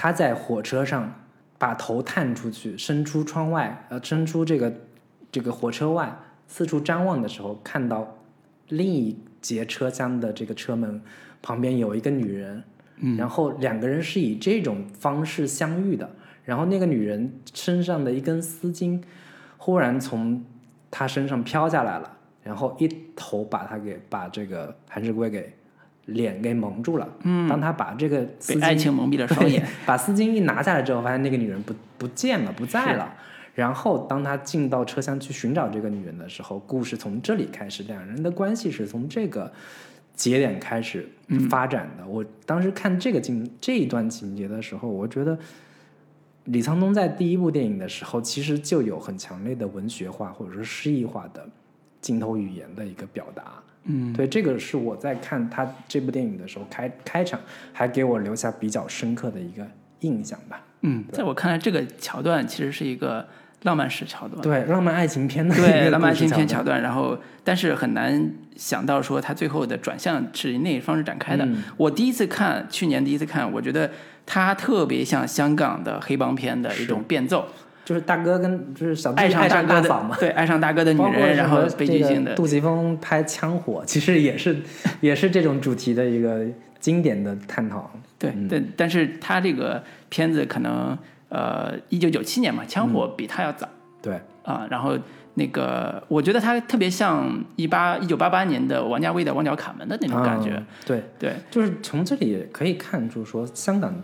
S2: 他在火车上把头探出去，伸出窗外，呃，伸出这个这个火车外，四处张望的时候，看到另一节车厢的这个车门旁边有一个女人，
S1: 嗯
S2: 然后两个人是以这种方式相遇的。然后那个女人身上的一根丝巾忽然从她身上飘下来了，然后一头把她给把这个韩志圭给脸给蒙住了。嗯，当他把这个丝
S1: 被
S2: 巾
S1: 爱情蒙蔽了双 眼，
S2: 对，把丝巾一拿下来之后，发现那个女人不不见了，不在了。然后当他进到车厢去寻找这个女人的时候，故事从这里开始，两人的关系是从这个节点开始发展的。我当时看这个情这一段情节的时候，我觉得李沧东在第一部电影的时候，其实就有很强烈的文学化或者说诗意化的镜头语言的一个表达。
S1: 嗯，
S2: 对，这个是我在看他这部电影的时候开开场，还给我留下比较深刻的一个印象吧。
S1: 嗯，在我看来，这个桥段其实是一个浪漫式桥段，
S2: 对，浪漫爱情片的一个
S1: 对，浪漫爱
S2: 故事
S1: 情片
S2: 桥
S1: 桥段，然后但是很难想到说它最后的转向是以那一方式展开的。
S2: 嗯
S1: 我第一次看，去年第一次看，我觉得它特别像香港的黑帮片的一种变奏，
S2: 段就是大哥跟就是小弟
S1: 爱上
S2: 上
S1: 大哥
S2: 大
S1: 的
S2: 嫂嘛，
S1: 对，爱上大哥的女
S2: 包括
S1: 人，然后
S2: 什么
S1: 悲
S2: 这
S1: 剧
S2: 个
S1: 性的，
S2: 杜琪峰拍《枪火》，其实也是也是这种主题的一个经典的探讨。
S1: 对，但但是它这个片子可能呃，一九九七年嘛，枪
S2: 嗯
S1: 火比它要早。
S2: 对，
S1: 啊，然后那个，我觉得它特别像一八一九八八年的王家卫的《旺角卡门》的那种感觉，
S2: 嗯对，
S1: 对，
S2: 就是从这里也可以看出，说香港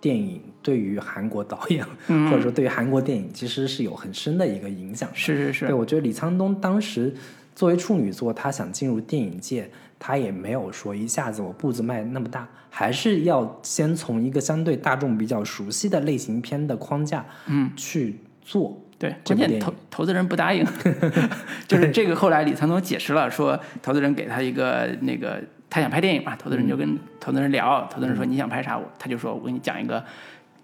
S2: 电影对于韩国导演、
S1: 嗯
S2: 或者说对于韩国电影其实是有很深的一个影响。
S1: 是是是，
S2: 对，我觉得李沧东当时作为处女座，他想进入电影界，他也没有说一下子我步子迈那么大，还是要先从一个相对大众比较熟悉的类型片的框架，嗯，去做。
S1: 对，
S2: 这
S1: 关
S2: 部
S1: 键
S2: 电
S1: 投
S2: 影
S1: 投资人不答应， 就是这个。后来李沧东解释了，说投资人给他一个那个，他想拍电影嘛，投资人就
S2: 嗯
S1: 跟投资人聊，投资人说你想拍啥，我他就说我给你讲一个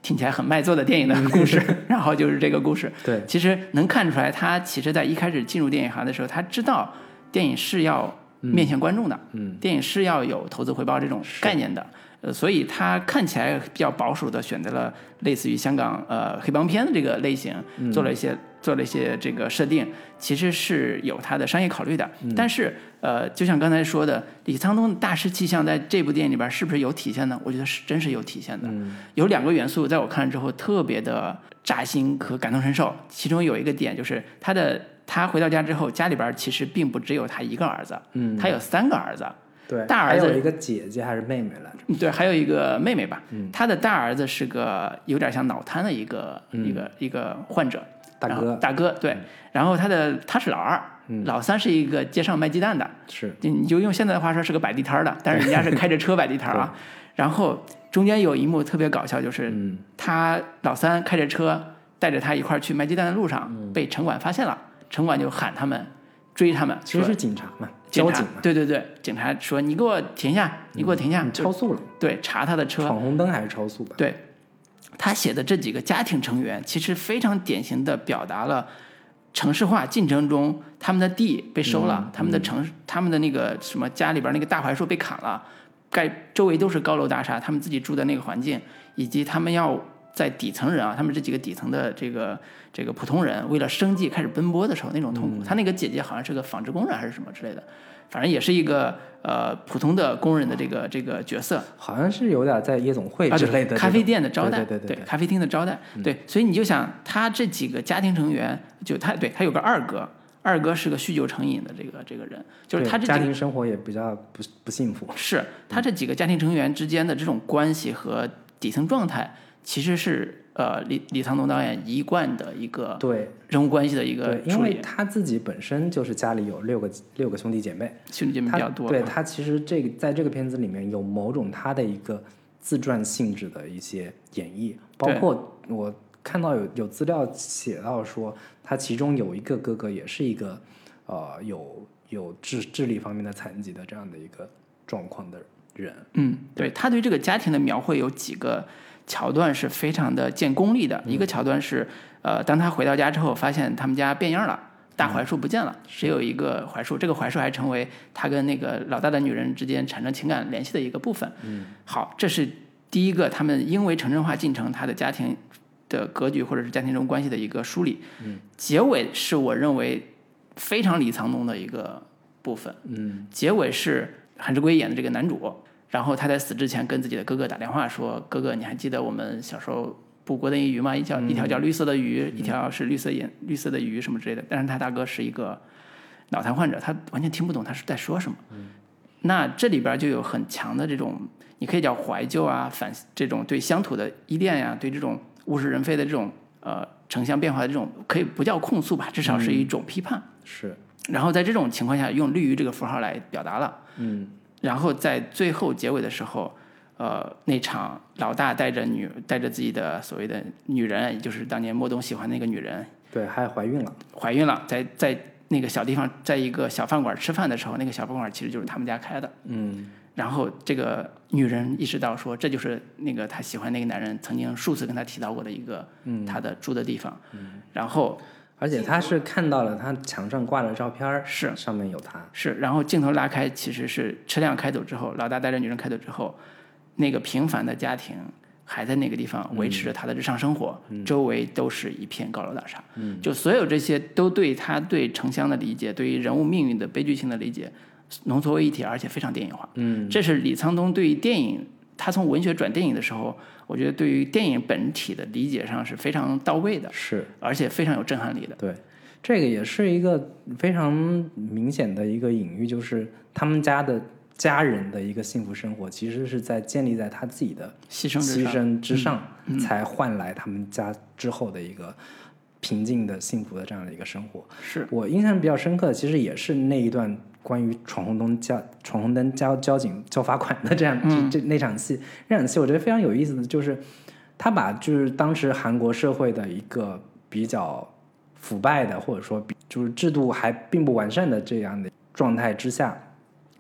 S1: 听起来很卖座的电影的 故事，然后就是这个故事。
S2: 对
S1: 其实能看出来，他其实在一开始进入电影行的时候，他知道电影是要面向观众的，
S2: 嗯，
S1: 电影是要有投资回报这种概念的。呃，所以他看起来比较保守的选择了类似于香港呃黑帮片的这个类型，
S2: 嗯
S1: 做了一些做了一些这个设定，其实是有他的商业考虑的。
S2: 嗯
S1: 但是呃，就像刚才说的，李沧东的大师气象在这部电影里边是不是有体现呢？我觉得是真是有体现的。有两个元素在我看了之后特别的扎心和感同身受，其中有一个点就是他的。他回到家之后，家里边其实并不只有他一个儿子，嗯，他有三个儿子，
S2: 对，
S1: 大儿子
S2: 还有一个姐姐还是妹妹来着？
S1: 对，还有一个妹妹吧，
S2: 嗯
S1: 她的大儿子是个有点像脑瘫的一个、一个一个患者，
S2: 嗯大
S1: 然后
S2: 哥嗯
S1: 大哥对，然后他的他是老二，老三是一个街上卖鸡蛋的，
S2: 是
S1: 就你就用现在的话说是个摆地摊儿的，但是人家是开着车摆地摊儿 啊。然后中间有一幕特别搞笑，就是
S2: 嗯
S1: 他老三开着车带着他一块儿去卖鸡蛋的路上
S2: 嗯
S1: 被城管发现了，城管就喊他们追他们，
S2: 其实
S1: 说
S2: 是警察嘛，
S1: 警
S2: 交
S1: 察
S2: 警啊嘛，
S1: 对对对，警察说你给我停下，你给我停下，
S2: 你
S1: 就
S2: 超速了，
S1: 对查他的车，
S2: 闯红灯还是超速吧？
S1: 对，他写的这几个家庭成员，其实非常典型的表达了城市化进程中他们的地被收了，他们的城、他们的那个什么家里边那个大槐树被砍了，盖周围都是高楼大厦，他们自己住的那个环境，以及他们要。在底层人啊，他们这几个底层的这个这个普通人，为了生计开始奔波的时候，那种痛苦。他那个姐姐好像是个纺织工人还是什么之类的，反正也是一个呃普通的工人的这个这个角色，
S2: 好像是有点在夜总会
S1: 啊，
S2: 之
S1: 对，
S2: 类的这种、
S1: 咖啡店的招待，
S2: 对对对嗯对
S1: 咖啡厅的招待，对，所以你就想他这几个家庭成员，就他对他有个二哥，二哥是个酗酒成瘾的这个这个人，就是
S2: 对
S1: 他这
S2: 家
S1: 几个
S2: 庭生活也比较不不幸福。
S1: 是他这几个家庭成员之间的这种关系和底层状态，其实是呃李李沧东导演一贯的一个
S2: 对
S1: 人物关系的一个
S2: 对，因
S1: 处
S2: 为
S1: 理，
S2: 他自己本身就是家里有六个六个兄弟姐妹，
S1: 兄弟姐妹
S2: 他
S1: 比较多，嗯
S2: 对他其实这个在这个片子里面有某种他的一个自传性质的一些演绎，包
S1: 对
S2: 括我看到有有资料写到说，他其中有一个哥哥也是一个呃有有智智力方面的残疾的这样的一个状况的人。
S1: 嗯，对他对这个家庭的描绘有几个桥段是非常的见功力的。一个桥段是，呃，当他回到家之后，发现他们家变样了，大槐树不见了，只有一个槐树。这个槐树还成为他跟那个老大的女人之间产生情感联系的一个部分。嗯，好，这是第一个，他们因为城镇化进程，他的家庭的格局或者是家庭中关系的一个梳理。嗯，结尾是我认为非常李沧东的一个部分。嗯，结尾是韩志圭演的这个男主。然后他在死之前跟自己的哥哥打电话说：“哥哥，你还记得我们小时候捕过的一鱼吗？一条、一条叫绿色的鱼，一条是绿色眼绿色的鱼什么之类的。”但是他大哥是一个脑瘫患者，他完全听不懂他是在说什么。那这里边就有很强的这种，你可以叫怀旧啊，反这种对乡土的依恋呀、对这种物是人非的这种呃城乡变化的这种，可以不叫控诉吧，至少是一种批判。
S2: 是，
S1: 然后在这种情况下，用绿鱼这个符号来表达了。嗯，然后在最后结尾的时候，呃，那场老大带着女带着自己的所谓的女人，也就是当年莫东喜欢那个女人，
S2: 对，还怀孕了，
S1: 怀孕了，在在那个小地方，在一个小饭馆吃饭的时候，那个小饭馆其实就是他们家开的。嗯，然后这个女人意识到说，这就是那个她喜欢那个男人曾经数次跟她提到过的一个她的住的地方。嗯，然后
S2: 而且他是看到了他墙上挂的照片儿，
S1: 是
S2: 上面有他，
S1: 是，然后镜头拉开，其实是车辆开走之后，老大带着女人开走之后，那个平凡的家庭还在那个地方维持着他的日常生活，周围都是一片高楼大厦，就所有这些都对他对城乡的理解，对于人物命运的悲剧性的理解浓缩为一体，而且非常电影化。嗯，这是李沧东对于电影，他从文学转电影的时候，我觉得对于电影本体的理解上是非常到位的，
S2: 是。
S1: 而且非常有震撼力的。
S2: 对，这个也是一个非常明显的一个隐喻，就是他们家的家人的一个幸福生活，其实是在建立在他自己的
S1: 牺牲之
S2: 牺
S1: 上，嗯
S2: 牲之上，才换来他们家之后的一个平静的、幸福的这样的一个生活。
S1: 是
S2: 我印象比较深刻的，其实也是那一段关于闯红灯交闯红灯交交警交罚款的这样、这这那场戏。那场戏我觉得非常有意思的就是，他把就是当时韩国社会的一个比较腐败的，或者说比就是制度还并不完善的这样的状态之下，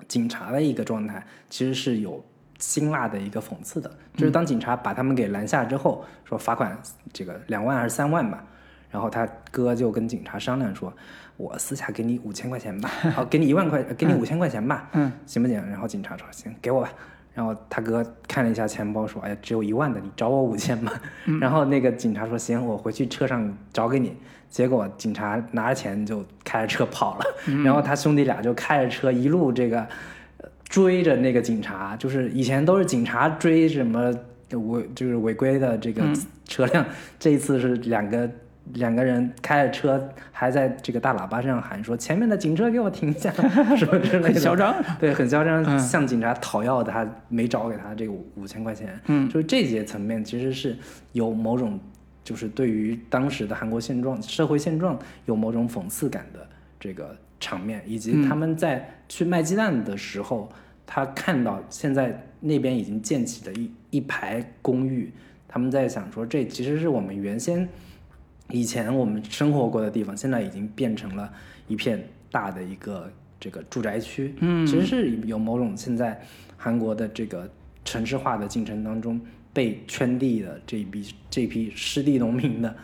S2: 警察的一个状态其实是有。辛辣的一个讽刺的，就是当警察把他们给拦下之后，说罚款这个两万还是三万吧，然后他哥就跟警察商量说：“我私下给你五千块钱吧，好，给你一万块，呃给你五千块钱吧，嗯，行不行？”然后警察说：“行，给我吧。”然后他哥看了一下钱包，说：“哎呀，只有一万的，你找我五千吧。 然后那个警察说：“行，我回去车上找给你。”结果警察拿着钱就开着车跑了，然后他兄弟俩就开着车一路这个呃追着那个警察，就是以前都是警察追什么违就是违规的这个车辆，这一次是两个两个人开着车，还在这个大喇叭上喊说前面的警车给我停下， 什么之类
S1: 很
S2: 的。
S1: 嚣张。
S2: 对，很嚣张，向警察讨要他没找给他这个五千块钱，嗯，就是这些层面其实是有某种，就是对于当时的韩国现状、社会现状有某种讽刺感的这个场面，以及他们在去卖鸡蛋的时候，他看到现在那边已经建起了一一排公寓，他们在想说，这其实是我们原先以前我们生活过的地方，现在已经变成了一片大的一个这个住宅区。嗯，其实是有某种现在韩国的这个城市化的进程当中被圈地的这一批这批失地农民的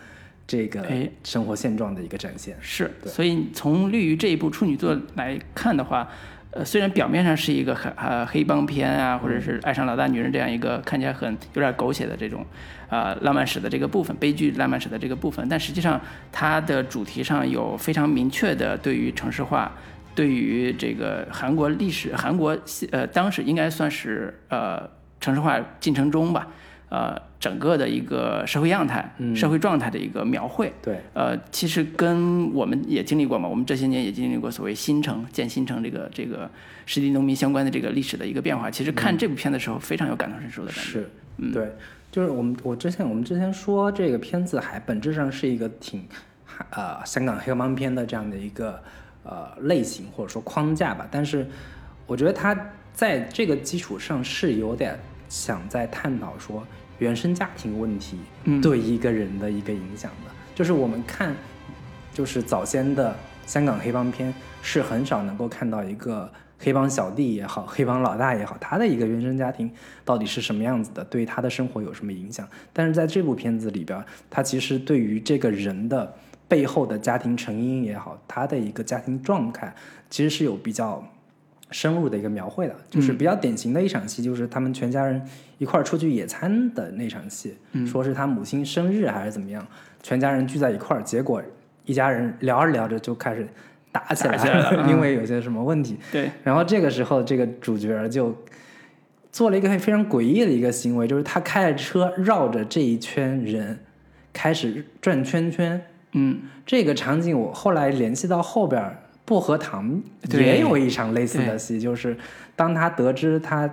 S2: 这个
S1: 哎
S2: 生活现状的一个展现。
S1: 是，
S2: 对
S1: 所以从绿鱼这一部处女作来看的话，呃，虽然表面上是一个很呃黑帮片啊，或者是爱上老大女人这样一个看起来很有点狗血的这种，呃，浪漫史的这个部分，悲剧浪漫史的这个部分，但实际上它的主题上有非常明确的对于城市化。对于这个韩国历史，韩国呃当时应该算是呃城市化进程中吧，呃整个的一个社会样态、社会状态的一个描绘。
S2: 对，
S1: 呃，其实跟我们也经历过嘛，我们这些年也经历过所谓新城建新城这个这个实地农民相关的这个历史的一个变化。其实看这部片的时候，非常有感同身受的感觉。
S2: 嗯
S1: 嗯
S2: 是，对，就是我们我之前我们之前说这个片子还本质上是一个挺呃香港黑帮片的这样的一个呃类型或者说框架吧，但是我觉得它在这个基础上是有点想在探讨说原生家庭问题
S1: 嗯
S2: 对一个人的一个影响的，就是我们看就是早先的香港黑帮片是很少能够看到一个黑帮小弟也好，黑帮老大也好，他的一个原生家庭到底是什么样子的，对他的生活有什么影响？但是在这部片子里边，他其实对于这个人的背后的家庭成因也好，他的一个家庭状态，其实是有比较深入的一个描绘的，就是比较典型的一场戏，就是他们全家人一块儿出去野餐的那场戏，说是他母亲生日还是怎么样，全家人聚在一块儿，结果一家人聊着聊着就开始打起来
S1: 打起来 了嗯
S2: 因为有些什么问题，
S1: 对，
S2: 然后这个时候，这个主角儿就做了一个非常诡异的一个行为，就是他开着车绕着这一圈人开始转圈圈。
S1: 嗯，
S2: 这个场景我后来联系到后边儿薄荷糖
S1: 对
S2: 也有一场类似的戏，就是当他得知他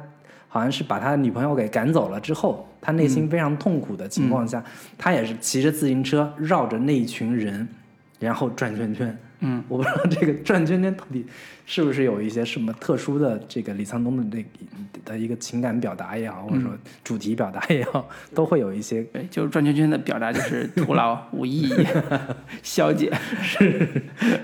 S2: 好像是把他的女朋友给赶走了之后，他内
S1: 嗯
S2: 心非常痛苦的情况下，他也是骑着自行车绕着那一群人，然后转圈圈。
S1: 嗯，
S2: 我不知道这个转圈圈到底是不是有一些什么特殊的这个李沧东的那的一个情感表达也好，或者
S1: 嗯
S2: 说主题表达也好，都会有一些
S1: 对，就是转圈圈的表达就是徒 劳无意义，消解。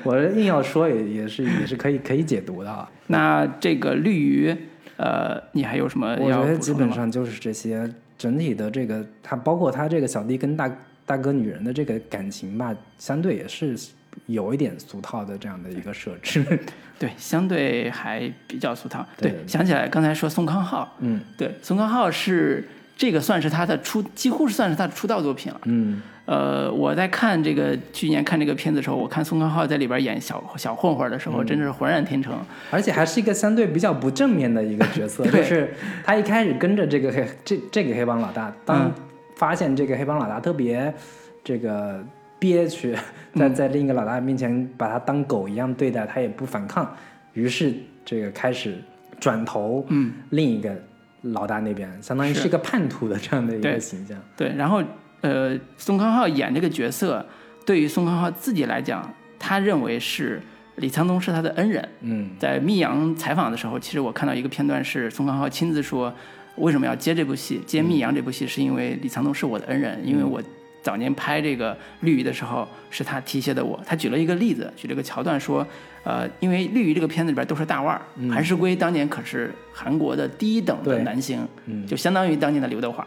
S2: 我硬要说也也是也是可以可以解读的啊。
S1: 那这个绿鱼，呃，你还有什么
S2: 我
S1: 要
S2: 觉得
S1: 补
S2: 基
S1: 充的
S2: 本
S1: 吗？
S2: 上就是这些整体的这个，他包括他这个小弟跟大大哥女人的这个感情吧，相对也是有一点俗套的这样的一个设置。
S1: 对，相对还比较俗套。
S2: 对
S1: 对想起来刚才说宋康昊，
S2: 嗯
S1: 对，宋康昊是这个算是他的出，几乎是算是他的出道作品了。
S2: 嗯，
S1: 呃，我在看这个去年看这个片子的时候，我看宋康昊在里边演小小混混的时候，真的是浑然天成。
S2: 而且还是一个相对比较不正面的一个角色，
S1: 对
S2: 就是他一开始跟着这个黑这这个黑帮老
S1: 嗯
S2: 大，当发现这个黑帮老大特别这个憋屈，在
S1: 嗯
S2: 在另一个老大面前把他当狗一样对待，他也不反抗，于是这个开始转头
S1: 嗯，
S2: 另一个老大那边，相当于
S1: 是
S2: 是一个叛徒的这样的一
S1: 对
S2: 个形象。
S1: 对。然后，呃，宋康昊演这个角色，对于宋康昊自己来讲，他认为是李沧东是他的恩人。
S2: 嗯
S1: 在密阳采访的时候，其实我看到一个片段是宋康昊亲自说，为什么要接这部戏，接密阳这部戏，是因为李沧东是我的恩人，因为
S2: 嗯
S1: 我早年拍这个绿鱼的时候是他提携的我。他举了一个例子，举了一个桥段说，呃，因为绿鱼这个片子里边都是大腕儿，韩石圭当年可是韩国的第一等的
S2: 嗯对
S1: 男星，
S2: 嗯，
S1: 就相当于当年的刘 德华，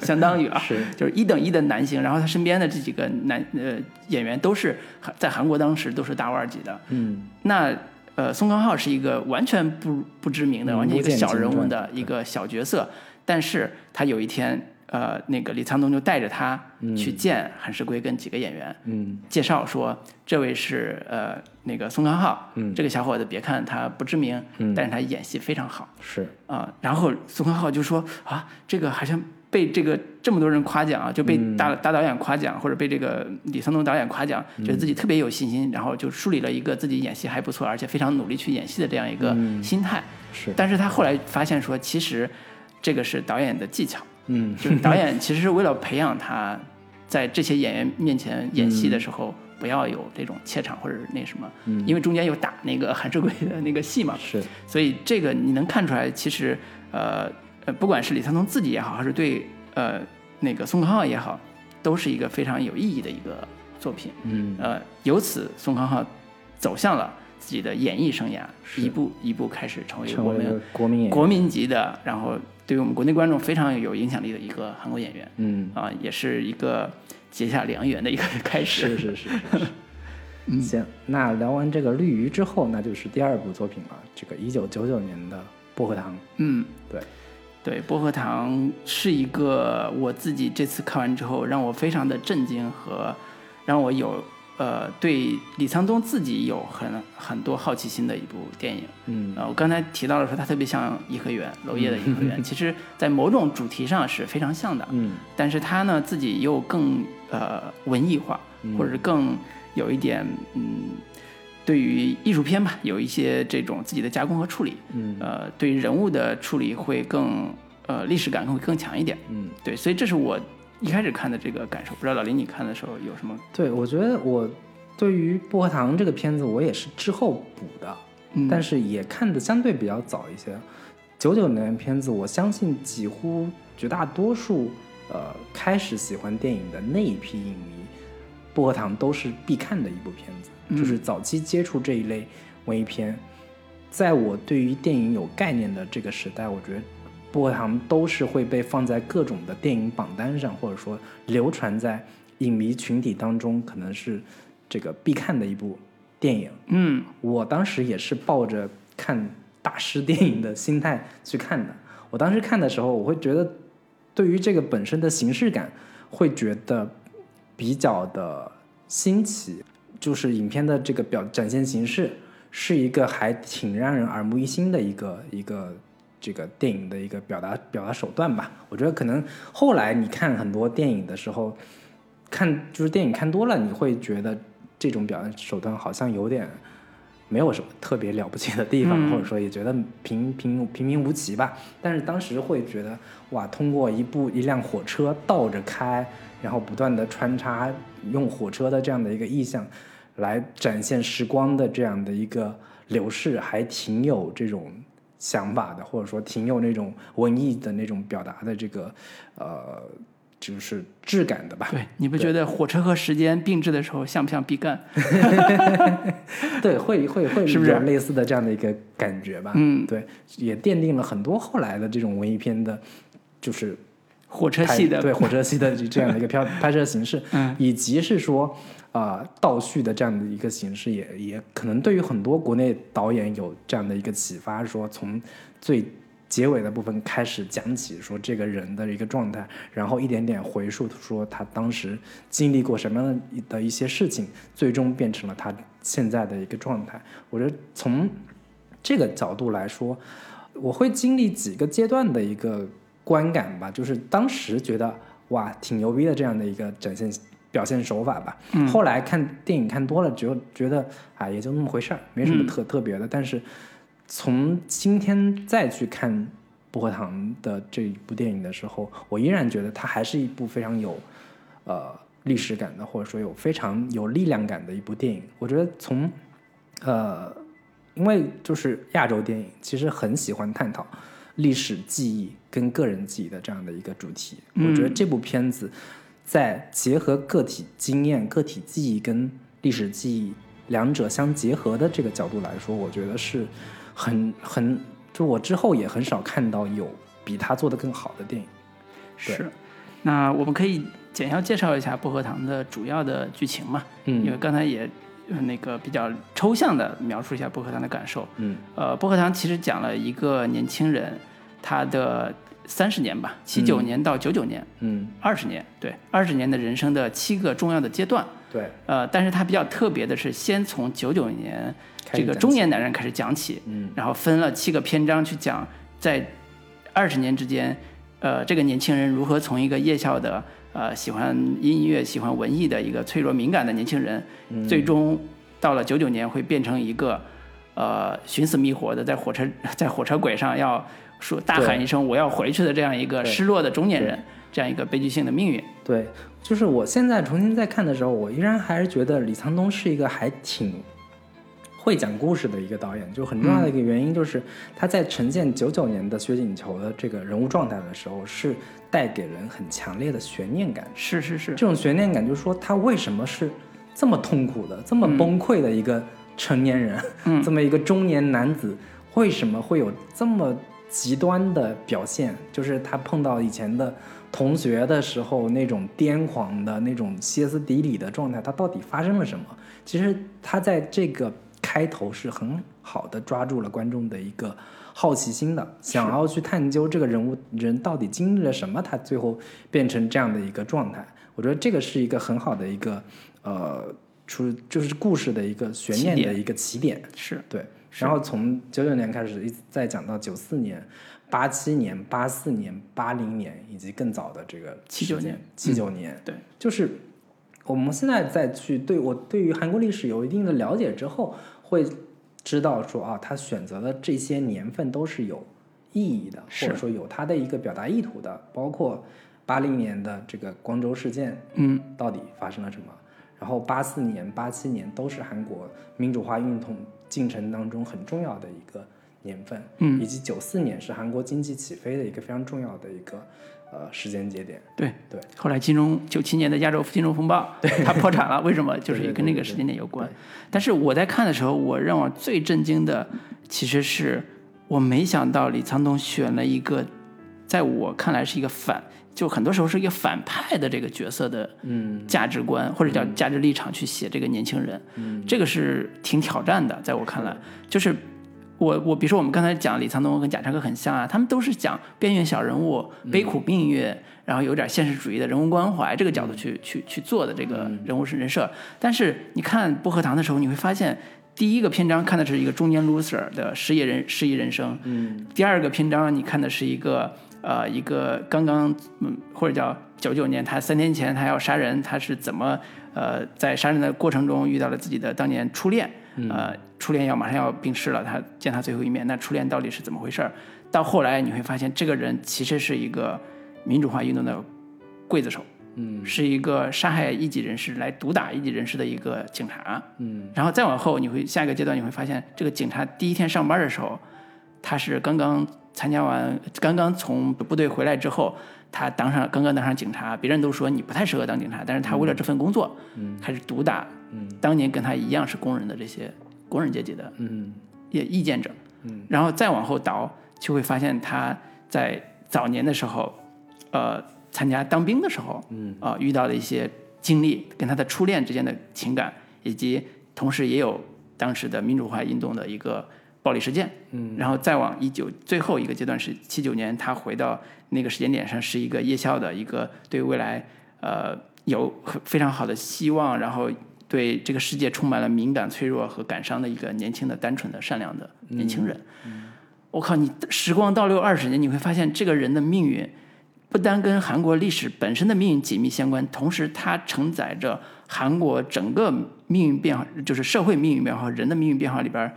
S1: 相当于啊，
S2: 是
S1: 就是一等一的男星，然后他身边的这几个男呃演员都是韩在韩国当时都是大腕儿级的，
S2: 嗯
S1: 那呃，宋康昊是一个完全不不知名的、
S2: 嗯
S1: 完全一个
S2: 不见
S1: 小人物
S2: 经
S1: 的
S2: 传
S1: 一个小角色，但是他有一天，呃，那个李沧东就带着他去见韩世圭跟几个演员，
S2: 嗯
S1: 介绍说这位是呃那个宋康昊，
S2: 嗯
S1: 这个小伙子别看他不知名，
S2: 嗯
S1: 但是他演戏非常好
S2: 是
S1: 啊、然后宋康昊就说啊，这个好像。被这个这么多人夸奖啊，就被大大导演夸奖，或者被这个李沧东导演夸奖，觉得自己特别有信心，然后就树立了一个自己演戏还不错，而且非常努力去演戏的这样一个心态。
S2: 是
S1: 但是他后来发现说，其实这个是导演的技巧，
S2: 嗯
S1: 就是导演其实是为了培养他在这些演员面前演戏的时候，不要有这种怯场或者是那什么，因为中间有打那个 韩志圭的那个戏嘛，
S2: 是
S1: 所以这个你能看出来，其实呃呃，不管是李沧东自己也好，还是对呃那个宋康昊也好，都是一个非常有意义的一个作品。
S2: 嗯
S1: 呃，由此宋康昊走向了自己的演艺生涯，一步一步开始成为
S2: 成
S1: 我
S2: 为一
S1: 们
S2: 个国民演员。
S1: 国民级的，然后对于我们国内观众非常有影响力的一个韩国演员
S2: 嗯。
S1: 啊、也是一个结下良缘的一个 开始。
S2: 是是是是。嗯，行，那聊完这个绿鱼之后，那就是第二部作品了，这个一九九九年的薄荷糖。
S1: 嗯，
S2: 对，
S1: 对，薄荷糖是一个我自己这次看完之后让我非常的震惊和让我有呃对李沧东自己有很很多好奇心的一部电影。
S2: 嗯，
S1: 呃，我刚才提到了说它特别像颐和园，娄烨的颐和园，其实在某种主题上是非常像 的。
S2: 嗯，
S1: 但是他呢自己又更呃文艺化，或者是更有一点嗯，对于艺术片吧，有一些这种自己的加工和处理。
S2: 嗯，
S1: 呃，对于人物的处理会更呃历史感会更强一点。
S2: 嗯，
S1: 对，所以这是我一开始看的这个感受。不知道老林你看的时候有什么？
S2: 对，我觉得我对于《薄荷糖》这个片子，我也是之后补的，
S1: 嗯
S2: 但是也看的相对比较早一些。九九年的片子，我相信几乎绝大多数呃开始喜欢电影的那一批影迷，《薄荷糖》都是必看的一部片子，就是早期接触这一类文艺片。在我对于电影有概念的这个时代，我觉得薄荷糖都是会被放在各种的电影榜单上，或者说流传在影迷群体当中，可能是这个必看的一部电影。
S1: 嗯
S2: 我当时也是抱着看大师电影的心态去看的。我当时看的时候，我会觉得对于这个本身的形式感，会觉得比较的新奇，就是影片的这个表展现形式是一个还挺让人耳目一新的一个一个这个电影的一个表达表达手段吧。我觉得可能后来你看很多电影的时候，看就是电影看多了，你会觉得这种表达手段好像有点没有什么特别了不起的地方，
S1: 嗯
S2: 或者说也觉得平平平平无奇吧。但是当时会觉得哇，通过一部一辆火车倒着开，然后不断的穿插用火车的这样的一个意象，来展现时光的这样的一个流逝，还挺有这种想法的，或者说挺有那种文艺的那种表达的这个呃，就是质感的吧。
S1: 对，你不觉得火车和时间并置的时候像不像毕赣？
S2: 对，会会会
S1: 是不是
S2: 有类似的这样的一个感觉吧？
S1: 嗯，
S2: 对，也奠定了很多后来的这种文艺片的，就是
S1: 火车
S2: 拍
S1: 系的
S2: 对火车系的这样的一个拍拍摄形式，
S1: 嗯
S2: 以及是说啊、呃倒叙的这样的一个形式也，也可能对于很多国内导演有这样的一个启发，说从最结尾的部分开始讲起，说这个人的一个状态，然后一点点回溯，说他当时经历过什么样的一些事情，最终变成了他现在的一个状态。我觉得从这个角度来说，我会经历几个阶段的一个观感吧，就是当时觉得哇挺牛逼的这样的一个展现表现手法吧。后来看电影看多了，觉觉得啊也就那么回事儿，没什么特、特别的。但是从今天再去看《薄荷糖》的这一部电影的时候，我依然觉得它还是一部非常有呃历史感的，或者说有非常有力量感的一部电影。我觉得从呃，因为就是亚洲电影其实很喜欢探讨历史记忆跟个人记忆的这样的一个主题。我觉得这部片子在结合个体经验、个体记忆跟历史记忆两者相结合的这个角度来说，我觉得是很很，就我之后也很少看到有比他做的更好的电影。
S1: 是，那我们可以简要介绍一下薄荷糖的主要的剧情嘛？
S2: 嗯
S1: 因为刚才也呃那个比较抽象的描述一下薄荷糖的感受。
S2: 嗯
S1: 呃，薄荷糖其实讲了一个年轻人他的三十年吧，七九年到九九年，
S2: 嗯，
S1: 二十、年，对，二十年的人生的七个重要的阶段。
S2: 对，
S1: 呃，但是它比较特别的是，先从九九年
S2: 开
S1: 这
S2: 始
S1: 个
S2: 讲
S1: 中
S2: 起
S1: 年男人开始讲起，
S2: 嗯
S1: 然后分了七个篇章去讲，在二十年之间，呃，这个年轻人如何从一个夜校的呃喜欢音乐、喜欢文艺的一个脆弱敏感的年轻人，
S2: 嗯
S1: 最终到了九九年会变成一个呃寻死觅活的，在火车 在火车轨上要说大喊
S2: 对
S1: 一声“我要回去”的这样一个
S2: 对
S1: 失落的中年人，这样一个悲剧性的命运。
S2: 对，就是我现在重新再看的时候，我依然还是觉得李沧东是一个还挺会讲故事的一个导演。就很重要的一个原因，就是他在呈现九九年的薛景求的这个人物状态的时候，是带给人很强烈的悬念感。
S1: 是是是，
S2: 这种悬念感，就是说他为什么是这么痛苦的、这么崩溃的一个成年人， 这么一个中年男子，为什么会有这么极端的表现？就是他碰到以前的同学的时候那种癫狂的那种歇斯底里的状态，他到底发生了什么？其实他在这个开头是很好的抓住了观众的一个好奇心的，想要去探究这个人物人到底经历了什么，他最后变成这样的一个状态。我觉得这个是一个很好的一个呃出就是故事的一个悬念
S1: 起
S2: 的
S1: 点
S2: 一个起点，
S1: 是
S2: 对。然后从九九年开始一直再讲到九四年、八七年、八四年、八零年以及更早的这个
S1: 79年、嗯
S2: 七九年，
S1: 对，
S2: 就是我们现在再去对我对于韩国历史有一定的了解之后，会知道说啊，他选择的这些年份都是有意义的，
S1: 是
S2: 或者说有他的一个表达意图的，包括八零年的这个光州事件，
S1: 嗯，
S2: 到底发生了什么？然后八四年、八七年都是韩国民主化运动进程当中很重要的一个年份，
S1: 嗯，
S2: 以及九四年是韩国经济起飞的一个非常重要的一个呃时间节点，
S1: 对
S2: 对。
S1: 后来金融九七年的亚洲金融风暴，它破产了，为什么？就是也跟那个时间点有关。但是我在看的时候，我让我最震惊的其实是我没想到李沧东选了一个，在我看来是一个反，就很多时候是一个反派的这个角色的
S2: 嗯，
S1: 价值观或者叫价值立场去写这个年轻人，这个是挺挑战的，在我看来，就是我我比如说我们刚才讲李沧东跟贾樟柯很像啊，他们都是讲边缘小人物、悲苦命运，然后有点现实主义的人文关怀这个角度去、去去做的这个人物是人设。但是你看薄荷糖的时候，你会发现。第一个篇章看的是一个中年 loser 的失业人失意人生，嗯，第二个篇章你看的是一个呃一个刚刚嗯或者叫九九年，他三天前他要杀人，他是怎么呃在杀人的过程中遇到了自己的当年初恋，呃初恋要马上要病逝了，他见他最后一面，那初恋到底是怎么回事儿？到后来你会发现，这个人其实是一个民主化运动的刽子手，嗯，是一个杀害异己人士来毒打异己人士的一个警察，嗯，然后再往后你会下一个阶段你会发现，这个警察第一天上班的时候，他是刚刚参加完，刚刚从部队回来之后，他当上刚刚当上警察，别人都说你不太适合当警察，但是他为了这份工作，嗯，开始毒打，嗯，当年跟他一样是工人的这些工人阶级的，嗯，也意见者，嗯，然后再往后倒，就会发现他在早年的时候，呃，参加当兵的时候，嗯，啊、遇到了一些经历，跟他的初恋之间的情感，以及同时也有当时的民主化运动的一个暴力事件，嗯，然后再往一九最后一个阶段是七九年，他回到那个时间点上是一个夜校的一个对未来呃有很非常好的希望，然后对这个世界充满了敏感、脆弱和感伤的一个年轻的、单纯的、善良的年轻人。我靠，你时光倒流二十年，你会发现这个人的命运不单跟韩国历史本身的命运紧密相关，同时它承载着韩国整个命运变化，就是社会命运变化和人的命运变化里边儿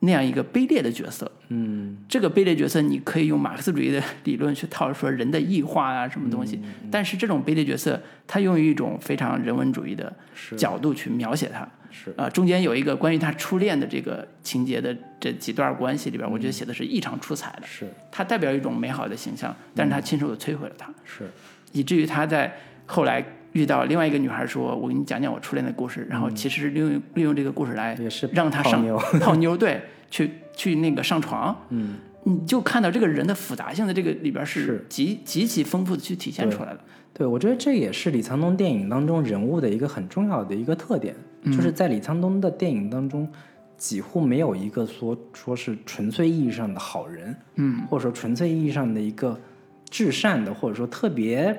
S1: 那样一个卑劣的角色。嗯，这个卑劣角色，你可以用马克思主义的理论去套说人的异化啊，什么东
S2: 嗯
S1: 西。但是这种卑劣角色，他用一种非常人文主义的
S2: 嗯是
S1: 角度去描写它。
S2: 是
S1: 呃，中间有一个关于他初恋的这个情节的这几段关系里边儿，我觉得写的是异常出彩的。
S2: 是
S1: 它代表一种美好的形象，但是
S2: 嗯
S1: 他亲手的摧毁了它。
S2: 是，
S1: 以至于他在后来遇到另外一个女孩说：“我给你讲讲我初恋的故事。”然后
S2: 嗯
S1: 其实是利用利用这个故事来
S2: 也是
S1: 哎让他
S2: 泡
S1: 上
S2: 妞
S1: 泡妞，对，去去那个上床，嗯，你就看到这个人的复杂性在这个里边是
S2: 是
S1: 极极其丰富的去体现出来的，
S2: 对我觉得这也是李沧东电影当中人物的一个很重要的一个特点，就是在李沧东的电影当中。几乎没有一个说说是纯粹意义上的好人，嗯，或者说纯粹意义上的一个至善的，或者说特别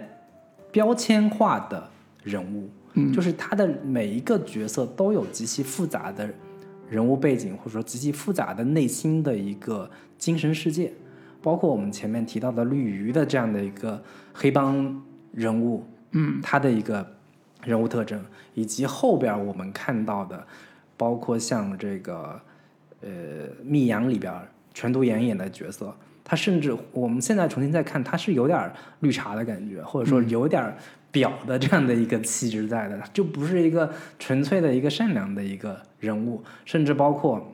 S2: 标签化的人物，嗯，就是他的每一个角色都有极其复杂的人物背景，或者说极其复杂的内心的一个精神世界，包括我们前面提到的绿鱼的这样的一个黑帮人物，嗯，他的一个人物特征，以及后边我们看到的，包括像这个呃《密阳》里边全度妍演的角色，他甚至我们现在重新再看，他是有点绿茶的感觉，或者说有点婊的这样的一个气质在的，就不是一个纯粹的一个善良的一个人物，甚至包括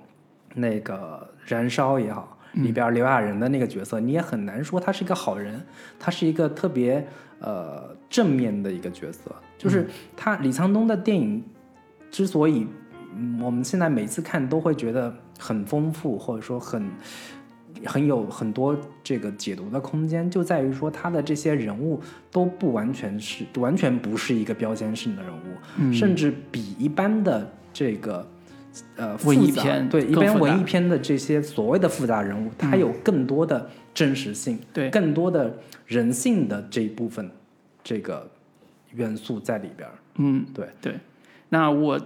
S2: 那个《燃烧》也好。里边刘亚仁的那个角色，你也很难说他是一个好人，他是一个特别呃正面的一个角色。
S1: 嗯
S2: 就是他李沧东的电影之所以嗯，我们现在每次看都会觉得很丰富，或者说很很有很多这个解读的空间，就在于说他的这些人物都不完全是完全不是一个标签性的人物，
S1: 嗯
S2: 甚至比一般的这个呃
S1: 文艺
S2: 复杂
S1: 片
S2: 对一
S1: 更
S2: 般
S1: 复杂嗯
S2: 文艺片的这些所谓的复杂人物，他有更多的真实性，
S1: 对
S2: 更多的人性的这一部分这个元素在里边儿。
S1: 嗯。
S2: 对，
S1: 对，那我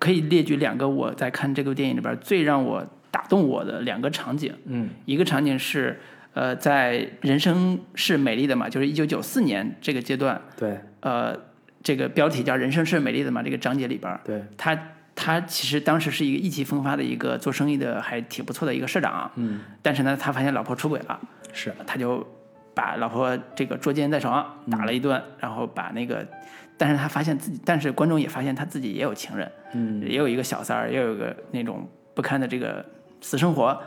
S1: 可以列举两个我在看这部电影里边最让我打动我的两个场景。
S2: 嗯，
S1: 一个场景是，呃，在人生是美丽的嘛，就是一九九四年这个阶段，
S2: 对
S1: 呃，这个标题叫“人生是美丽的嘛”这个章节里边，
S2: 对，
S1: 他他其实当时是一个意气风发的一个做生意的还挺不错的一个社长，
S2: 嗯，
S1: 但是呢，他发现老婆出轨了，
S2: 是
S1: 他就把老婆这个捉奸在床
S2: 嗯
S1: 打了一顿，然后把那个，但是他发现自己，但是观众也发现他自己也有情人，
S2: 嗯，
S1: 也有一个小三儿，也有一个那种不堪的这个私生活。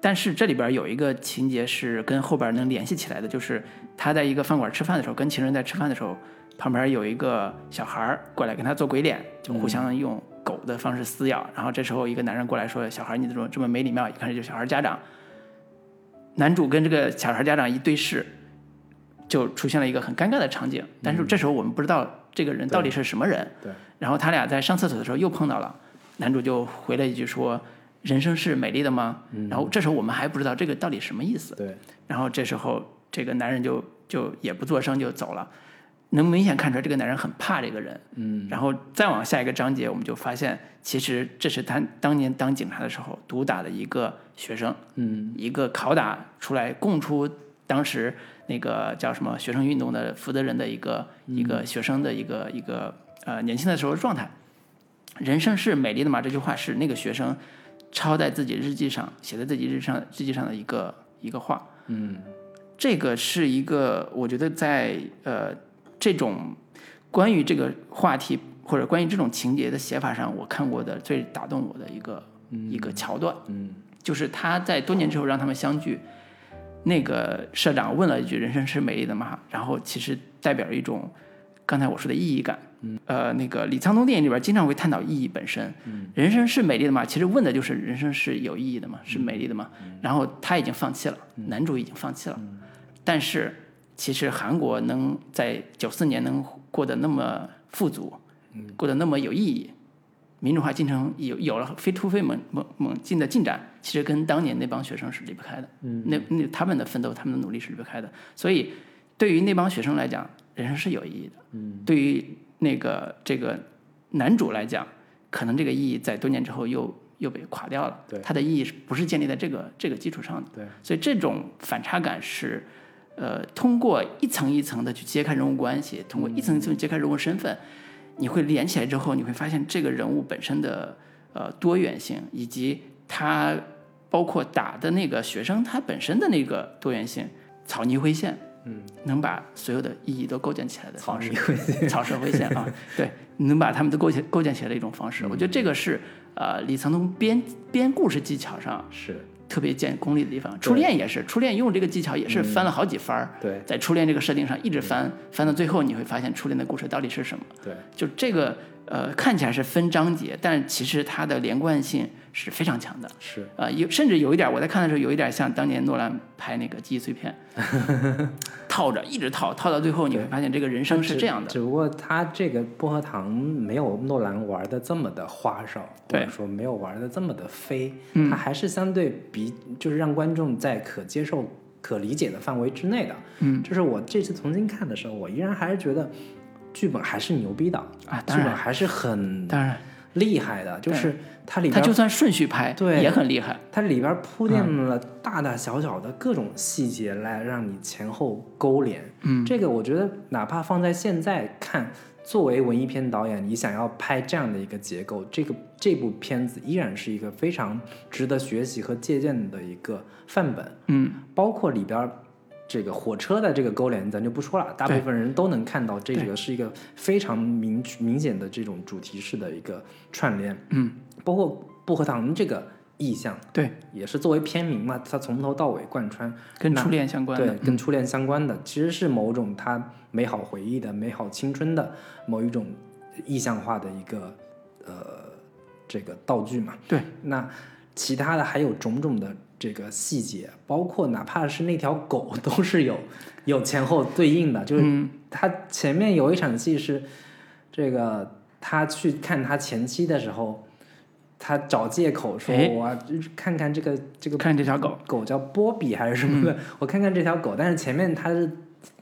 S1: 但是这里边有一个情节是跟后边能联系起来的，就是他在一个饭馆吃饭的时候，跟情人在吃饭的时候，旁边有一个小孩儿过来跟他做鬼脸，就互相用狗的方式撕咬。然后这时候一个男人过来说：“小孩儿，你怎么这么没礼貌？”一看就是小孩儿家长。男主跟这个小孩家长一对视，就出现了一个很尴尬的场景。但是这时候我们不知道这个人到底是什么人。
S2: 对对
S1: 然后他俩在上厕所的时候又碰到了，男主就回了一句说：“人生是美丽的吗？”然后这时候我们还不知道这个到底什么意思。
S2: 对，
S1: 然后这时候这个男人就就也不作声就走了，能明显看出来这个男人很怕这个人。嗯，然后再往下一个章节，我们就发现其实这是他当年当警察的时候毒打的一个学生，
S2: 嗯，
S1: 一个拷打出来供出当时那个叫什么学生运动的负责人的一个、一个学生的一个一个呃年轻的时候的状态。人生是美丽的嘛？这句话是那个学生抄在自己日记上写在自己日上日记上的一个一个话。
S2: 嗯
S1: 这个是一个，我觉得在呃这种关于这个话题或者关于这种情节的写法上，我看过的最打动我的一个、一个桥段，
S2: 嗯，
S1: 就是他在多年之后让他们相聚，那个社长问了一句“人生是美丽的吗？”然后其实代表一种刚才我说的意义感。呃，那个李沧东电影里边经常会探讨意义本身。人生是美丽的吗？其实问的就是人生是有意义的吗？是美丽的吗？然后他已经放弃了，男主已经放弃了。但是其实韩国能在九四年能过得那么富足，过得那么有意义，民主化进程有有了飞突飞猛猛猛进的进展，其实跟当年那帮学生是离不开的。
S2: 嗯
S1: 那那他们的奋斗，他们的努力是离不开的。所以对于那帮学生来讲，人生是有意义的。
S2: 嗯
S1: 对于那个这个男主来讲，可能这个意义在多年之后又又被垮掉了。
S2: 对
S1: 它的意义是不是建立在这个这个基础上的？
S2: 对，
S1: 所以这种反差感是，呃，通过一层一层的去揭开人物关系，通过一层一层
S2: 嗯
S1: 地揭开人物身份，你会连起来之后，你会发现这个人物本身的呃多元性，以及他包括打的那个学生他本身的那个多元性，草泥灰线。
S2: 嗯，
S1: 能把所有的意义都构建起来的方式，
S2: 会
S1: 草蛇灰线 啊，对，能把他们都构建构建起来的一种方式。我觉得这个是呃李沧东编编故事技巧上
S2: 是，
S1: 特别见功力的地方。初恋也是，初恋用这个技巧也是翻了好几番儿，
S2: 对
S1: 在初恋这个设定上一直翻，翻到最后你会发现初恋的故事到底是什么。
S2: 对，
S1: 就这个呃看起来是分章节，但其实它的连贯性是非常强的。
S2: 是，
S1: 啊，有甚至有一点，我在看的时候有一点像当年诺兰拍那个《记忆碎 片》，套着一直套，套到最后你会发现这个人生是这样的。
S2: 只不过他这个薄荷糖没有诺兰玩的这么的花哨，或
S1: 对嗯
S2: 者说没有玩的这么的飞，他还是相对比就是让观众在可接受、可理解的范围之内的。
S1: 嗯，
S2: 这是我这次重新看的时候，我依然还是觉得剧本还是牛逼的
S1: 啊
S2: 剧
S1: 当然
S2: 本还是很
S1: 当然，
S2: 厉害的，就是它里
S1: 他
S2: 边
S1: 就算顺序拍，
S2: 对
S1: 也很厉害。
S2: 它里边铺垫了大大小小的各种细节来让你前后勾连。
S1: 嗯，
S2: 这个我觉得哪怕放在现在看，作为文艺片导演，你想要拍这样的一个结构，这个这部片子依然是一个非常值得学习和借鉴的一个范本。
S1: 嗯，
S2: 包括里边儿这个火车的这个勾连，咱就不说了，大部
S1: 对
S2: 分人都能看到这
S1: 对
S2: 个是一个非常明明显的这种主题式的一个串联。
S1: 嗯，
S2: 包括薄荷糖这个意象，
S1: 对，
S2: 也是作为片名嘛，它从头到尾贯穿，
S1: 跟
S2: 那
S1: 初恋相关
S2: 对
S1: 的，，嗯
S2: 跟初恋相关的，其实是某种他美好回忆的、美好青春的某一种意象化的一个呃这个道具嘛。
S1: 对，
S2: 那其他的还有种种的这个细节，包括哪怕是那条狗 都是有有前后对应的，就是
S1: 嗯，
S2: 他前面有一场戏是这个他去看他前妻的时候，他找借口说
S1: 哎
S2: 我要看看这个这个
S1: 看这条狗，
S2: 狗叫波比还是什么的，我看看这条狗，但是前面它是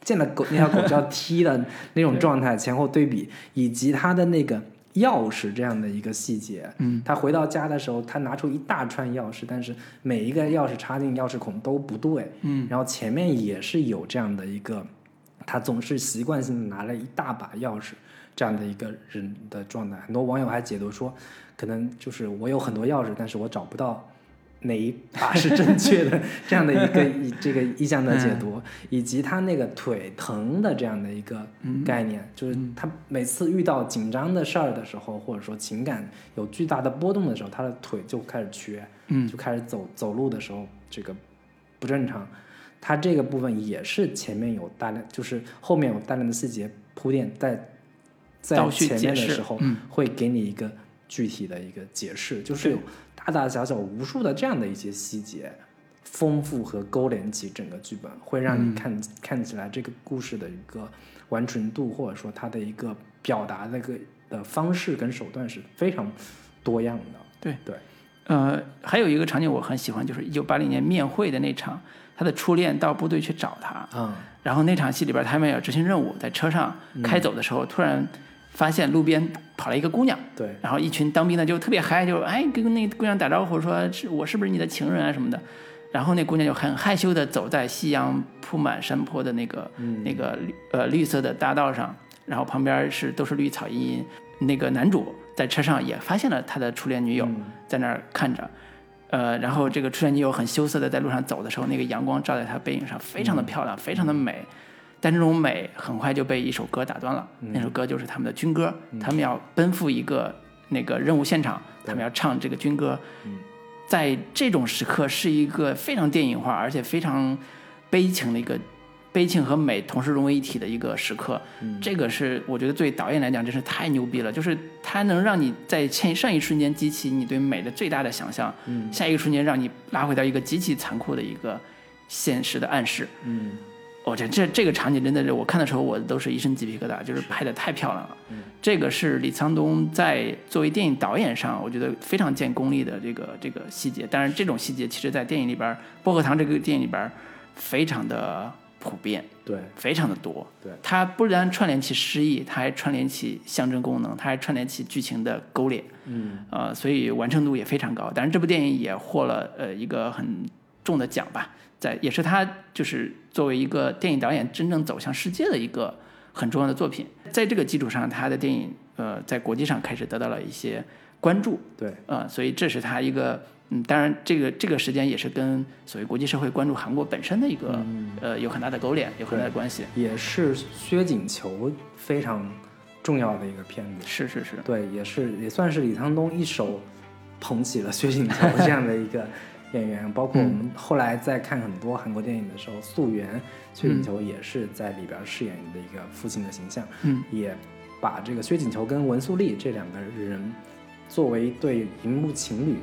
S2: 见了狗那条狗叫 T 的那种状态，前后对比，以及它的那个钥匙这样的一个细节。嗯，他回到家的时候，他拿出一大串钥匙，但是每一个钥匙插进钥匙孔都不对。嗯，然后前面也是有这样的一个，他总是习惯性地拿了一大把钥匙这样的一个人的状态。很多网友还解读说，可能就是我有很多钥匙，但是我找不到。哪一把是正确的这样的一个一这个意向的解读，以及他那个腿疼的这样的一个概念，就是他每次遇到紧张的事儿的时候，或者说情感有巨大的波动的时候，他的腿就开始瘸，
S1: 嗯
S2: 就开始走走路的时候这个不正常。他这个部分也是前面有大量，就是后面有大量的细节铺垫，在在
S1: 倒叙
S2: 前面的
S1: 解释
S2: 时候
S1: 嗯
S2: 会给你一个具体的一个解释，就是有大大小小无数的这样的一些细节，丰富和勾连起整个剧本，会让
S1: 嗯
S2: 你看、看起来这个故事的一个完成度，或者说它的一个表达的一个的方式跟手段是非常多样的。
S1: 对
S2: 对，
S1: 呃，还有一个场景我很喜欢，就是一九八零年面会的那场，他的初恋到部队去找他，
S2: 嗯，
S1: 然后那场戏里边他们要执行任务，在车上开走的时候，突然发现路边跑来一个姑娘，
S2: 对，
S1: 然后一群当兵的就特别嗨，就哎跟那姑娘打招呼说是我是不是你的情人啊什么的，然后那姑娘就很害羞的走在夕阳铺满山坡的那个、那个绿呃绿色的大道上，然后旁边是都是绿草茵茵，那个男主在车上也发现了他的初恋女友
S2: 嗯
S1: 在那儿看着。呃，然后这个初恋女友很羞涩的在路上走的时候，那个阳光照在她背影上，非常的漂亮，非常的美。但这种美很快就被一首歌打断了，那首歌就是他们的军歌，他们要奔赴一个那个任务现场，他们要唱这个军歌。在这种时刻，是一个非常电影化，而且非常悲情的一个悲情和美同时融为一体的一个时刻。这个是我觉得对导演来讲真是太牛逼了，就是它能让你在前上一瞬间激起你对美的最大的想象，下一个瞬间让你拉回到一个极其残酷的一个现实的暗示。
S2: 嗯，
S1: 我觉得这这个场景真的是我看的时候，我都是一身鸡皮疙瘩，就是拍的太漂亮了。这个是李沧东在作为电影导演上，我觉得非常见功力的这个这个细节。当然，这种细节其实在电影里边儿，《薄荷糖》这个电影里边儿非常的普遍，
S2: 对，
S1: 非常的多。
S2: 对
S1: 它不单串联起诗意，它还串联起象征功能，它还串联起剧情的勾连。
S2: 嗯，
S1: 呃，所以完成度也非常高。当然，这部电影也获了呃一个很重的奖吧，在也是他就是作为一个电影导演真正走向世界的一个很重要的作品。在这个基础上，他的电影呃在国际上开始得到了一些关注，
S2: 对，
S1: 呃，所以这是他一个，嗯，当然这个这个时间也是跟所谓国际社会关注韩国本身的一个、
S2: 嗯
S1: 呃有很大的勾连，有很大的关系。
S2: 也是薛景求非常重要的一个片子。
S1: 是是是，
S2: 对，也是也算是李沧东一手捧起了薛景求这样的一 个演员，包括我们
S1: 嗯
S2: 后来在看很多韩国电影的时候，素媛薛景求也是在里边饰演的一个父亲的形象，
S1: 嗯，
S2: 也把这个薛景求跟文素丽这两个人作为对荧幕情侣，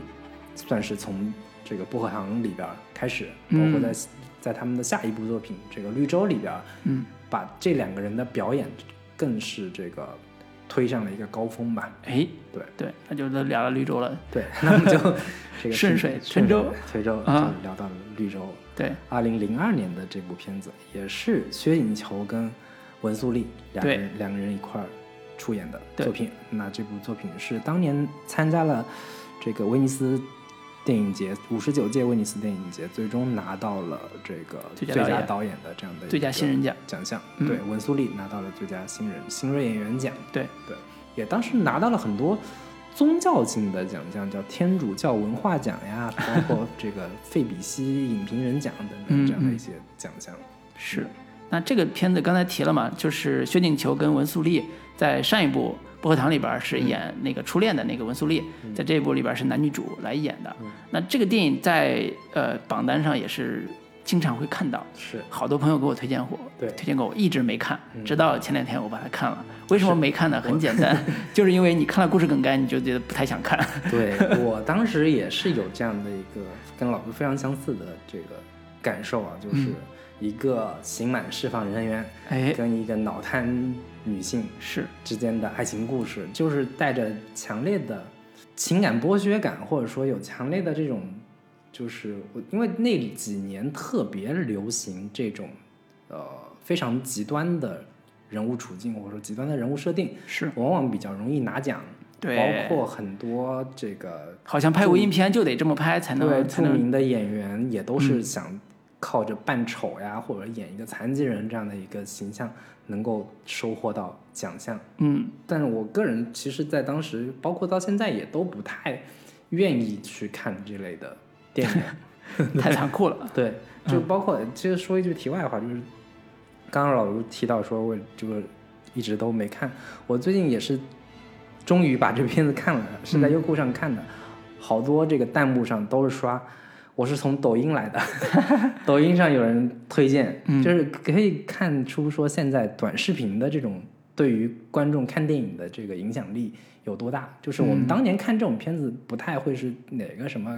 S2: 算是从这个薄荷糖里边开始，包括在、在他们的下一部作品这个绿洲里边，
S1: 嗯，
S2: 把这两个人的表演更是这个推上了一个高峰吧。
S1: 哎，
S2: 对
S1: 对，那就聊到绿洲了，
S2: 对，那我们就 这个
S1: 顺水推
S2: 顺
S1: 舟，
S2: 推舟就
S1: 啊
S2: 聊到了绿洲。
S1: 对。
S2: 二零零二年的这部片子也是薛颖球跟文素丽两个
S1: 对
S2: 人两个人一块儿出演的
S1: 对
S2: 作品。那这部作品是当年参加了这个威尼斯电影节五十九届威尼斯电影节，最终拿到了这个
S1: 最
S2: 最
S1: 佳
S2: 佳导
S1: 导
S2: 演的这样的
S1: 最佳
S2: 一个
S1: 新人奖
S2: 奖项。
S1: 嗯
S2: 对，文素丽拿到了最佳新人新锐演员奖。
S1: 对，
S2: 对，也当时拿到了很多宗教性的奖项，叫天主教文化奖呀，包括这个费比西影评人奖等等
S1: 嗯
S2: 这样的一些奖项。
S1: 是，
S2: 嗯
S1: 那这个片子刚才提了嘛，就是薛景求跟文素丽在上一部《薄荷糖》里边
S2: 嗯
S1: 是演那个初恋的那个文素丽，在这一部里边是男女主来演的。
S2: 嗯
S1: 那这个电影在呃榜单上也是经常会看到，
S2: 是
S1: 好多朋友给我推荐过，
S2: 对嗯
S1: 推荐过，我一直没看，直到前两天我把它看了。为什么没看呢？很简单， 就是因为你看了故事梗概，你就觉得不太想看。
S2: 对我当时也是有这样的一个跟老师非常相似的这个感受啊，就是一个刑满释放人员
S1: 哎，
S2: 跟一个脑瘫女性
S1: 是，
S2: 之间的爱情故事，就是带着强烈的情感剥削感，或者说有强烈的这种，就是我因为那几年特别流行这种，呃，非常极端的人物处境，或者说极端的人物设定，
S1: 是
S2: 往往比较容易拿奖。
S1: 对
S2: 包括很多这个
S1: 好像拍文艺片就得这么拍才
S2: 对
S1: 能才
S2: 著
S1: 能嗯
S2: 名的演员也都是想靠着扮丑呀，或者演一个残疾人这样的一个形象，能够收获到奖项。
S1: 嗯
S2: 但我个人其实，在当时，包括到现在，也都不太愿意去看这类的电影。
S1: 太残酷了。
S2: 对，就包括其实说一句题外话，就是刚刚老卢提到说我这个一直都没看，我最近也是终于把这片子看了，是在优酷上看的，好多这个弹幕上都是刷。我是从抖音来的，抖音上有人推荐，就是可以看出说现在短视频的这种对于观众看电影的这个影响力有多大。就是
S1: 嗯
S2: 我们当年看这种片子，不太会是哪个什么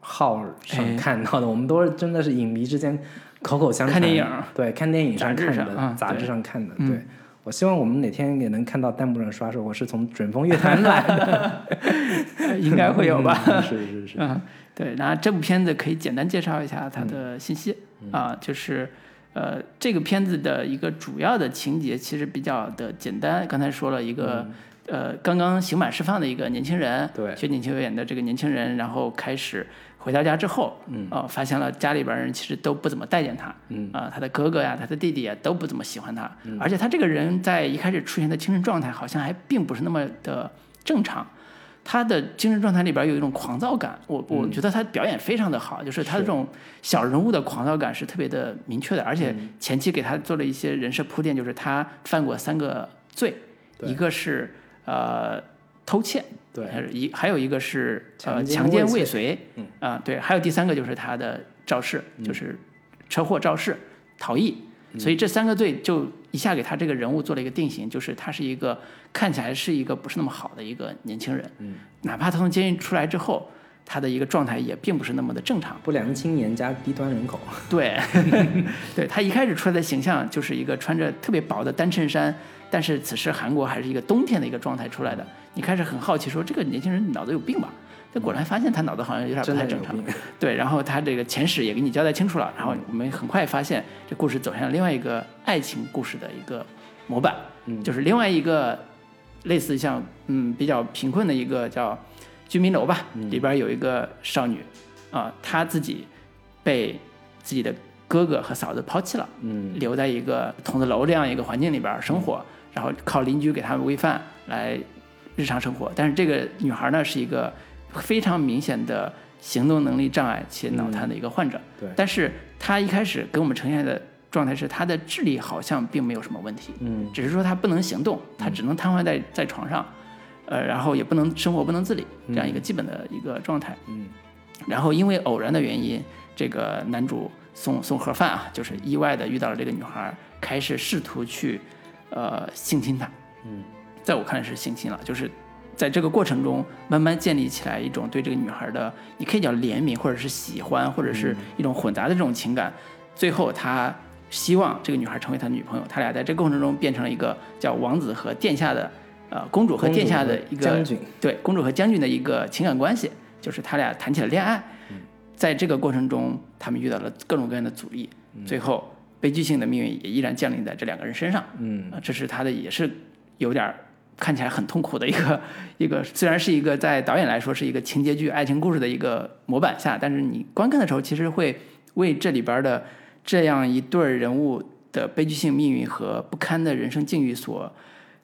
S2: 号
S1: 哎
S2: 上看到的，我们都是真的是影迷之间口口相传。
S1: 看电影，
S2: 对，看电影上看
S1: 杂志上
S2: 的
S1: 啊，
S2: 杂
S1: 对
S2: 志上看的，对。我希望我们哪天也能看到弹幕上刷说我是从准风乐坛来的，
S1: 应该会有吧？
S2: 嗯？是 是是，
S1: 嗯，对。那这部片子可以简单介绍一下它的信息啊、就是呃，这个片子的一个主要的情节其实比较的简单。刚才说了一个、呃，刚刚刑满释放的一个年轻人，
S2: 对
S1: 学年轻演的这个年轻人，然后开始回到家之后，嗯，哦、发现了家里边人其实都不怎么待见他，嗯，啊、他的哥哥呀，他的弟弟呀都不怎么喜欢他，而且他这个人在一开始出现的精神状态好像还并不是那么的正常。他的精神状态里边有一种狂躁感，我我觉得他表演非常的好，就是他这种小人物的狂躁感是特别的明确的，而且前期给他做了一些人设铺垫，就是他犯过三个罪，一个是呃偷窃，
S2: 对
S1: 还是一还有一个是呃
S2: 强奸
S1: 强奸
S2: 未
S1: 未遂，嗯啊、对，还有第三个就是他的肇事，就是车祸肇事逃逸，所以这三个罪就一下给他这个人物做了一个定型，就是他是一个看起来是一个不是那么好的一个年轻人，嗯，哪怕他从监狱出来之后，他的一个状态也并不是那么的正常。
S2: 不良青年加低端人口，
S1: 对，对他一开始出来的形象就是一个穿着特别薄的单衬衫，但是此时韩国还是一个冬天的一个状态出来的。你开始很好奇说这个年轻人脑子有病吧？但果然发现他脑子好像有点不
S2: 真
S1: 太
S2: 的有
S1: 正常
S2: 病。
S1: 对，然后他这个前史也给你交代清楚了，然后我们很快发现这故事走向另外一个爱情故事的一个模板，就是另外一个类似像嗯比较贫困的一个叫居民楼吧，里边有一个少女啊、她自己被自己的哥哥和嫂子抛弃了，嗯，留在一个筒子楼这样一个环境里边生活，然后靠邻居给他们喂饭来日常生活。但是这个女孩呢，是一个非常明显的行动能力障碍且脑瘫的一个患者。
S2: 对
S1: 但是她一开始给我们呈现的状态是，她的智力好像并没有什么问题，
S2: 嗯，
S1: 只是说她不能行动，她只能瘫痪在在床上，
S2: 嗯
S1: 呃，然后也不能生活不能自理这样一个基本的一个状态。
S2: 嗯，
S1: 然后因为偶然的原因，这个男主送送盒饭啊，就是意外的遇到了这个女孩，开始试图去呃性侵她。
S2: 嗯，
S1: 在我看来是性侵了，就是在这个过程中慢慢建立起来一种对这个女孩的，你可以叫怜悯，或者是喜欢，或者是一种混杂的这种情感。最后他希望这个女孩成为他的女朋友，他俩在这个过程中变成了一个叫王子和殿下的。呃，公主和殿下的一个
S2: 将军，
S1: 对公主和将军的一个情感关系，就是他俩谈起了恋爱。在这个过程中，他们遇到了各种各样的阻力，最后悲剧性的命运也依然降临在这两个人身上。
S2: 嗯
S1: 啊，这是他的也是有点儿看起来很痛苦的一个一个，虽然是一个在导演来说是一个情节剧、爱情故事的一个模板下，但是你观看的时候，其实会为这里边儿的这样一对儿人物的悲剧性命运和不堪的人生境遇所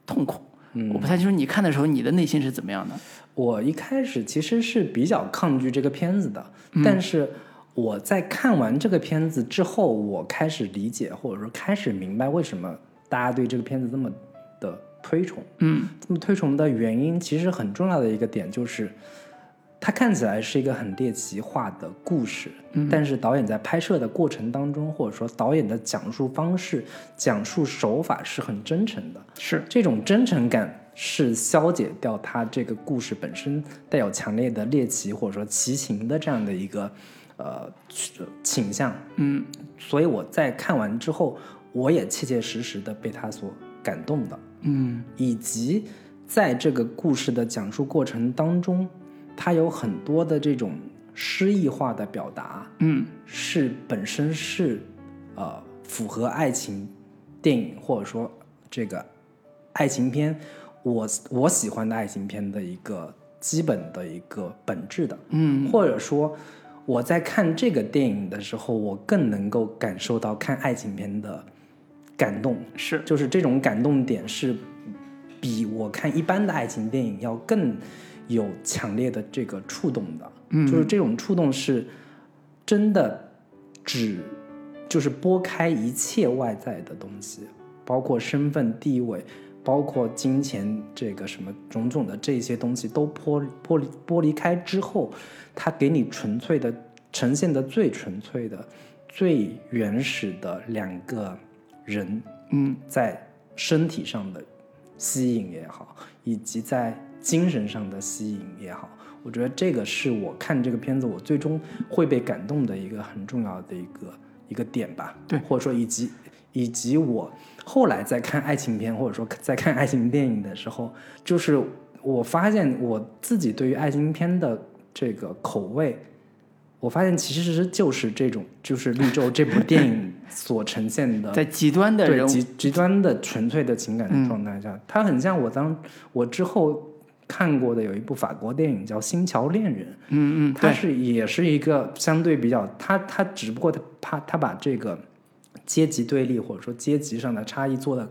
S1: 痛苦。
S2: 嗯
S1: 我不太清楚你看的时候，你的内心是怎么样的？
S2: 我一开始其实是比较抗拒这个片子的，但是我在看完这个片子之后，我开始理解或者说开始明白为什么大家对这个片子这么的推崇。
S1: 嗯，
S2: 这么推崇的原因，其实很重要的一个点就是，它看起来是一个很猎奇化的故事，但是导演在拍摄的过程当中，或者说导演的讲述方式、讲述手法是很真诚的。
S1: 是
S2: 这种真诚感是消解掉它这个故事本身带有强烈的猎奇或者说奇情的这样的一个呃趋倾向。
S1: 嗯，
S2: 所以我在看完之后，我也切切实实的被他所感动到，
S1: 嗯，
S2: 以及在这个故事的讲述过程当中，它有很多的这种诗意化的表达，
S1: 嗯，
S2: 是本身是呃符合爱情电影或者说这个爱情片我我喜欢的爱情片的一个基本的一个本质的，
S1: 嗯，
S2: 或者说我在看这个电影的时候，我更能够感受到看爱情片的感动，
S1: 是
S2: 就是这种感动点是比我看一般的爱情电影要更有强烈的这个触动的，
S1: 嗯
S2: 就是这种触动是真的只就是拨开一切外在的东西，包括身份地位。包括金钱这个什么种种的这些东西都剥剥离剥离开之后，它给你纯粹的呈现的最纯粹的、最原始的两个人
S1: 嗯
S2: 在身体上的吸引也好，以及在精神上的吸引也好，我觉得这个是我看这个片子我最终会被感动的一个很重要的一个一个点吧。
S1: 对
S2: 或者说以及以及我后来在看爱情片或者说在看爱情电影的时候，就是我发现我自己对于爱情片的这个口味。我发现其实就是这种，就是《绿洲》这部电影所呈现的
S1: 在极端的
S2: 对
S1: 人物嗯
S2: 极极端的纯粹的情感的状态下，它很像我当我之后看过的有一部法国电影叫《新桥恋人》，
S1: 嗯嗯，
S2: 它
S1: 对，
S2: 是也是一个相对比较，它它只不过它它它把这个阶级对立或者说阶级上的差异做的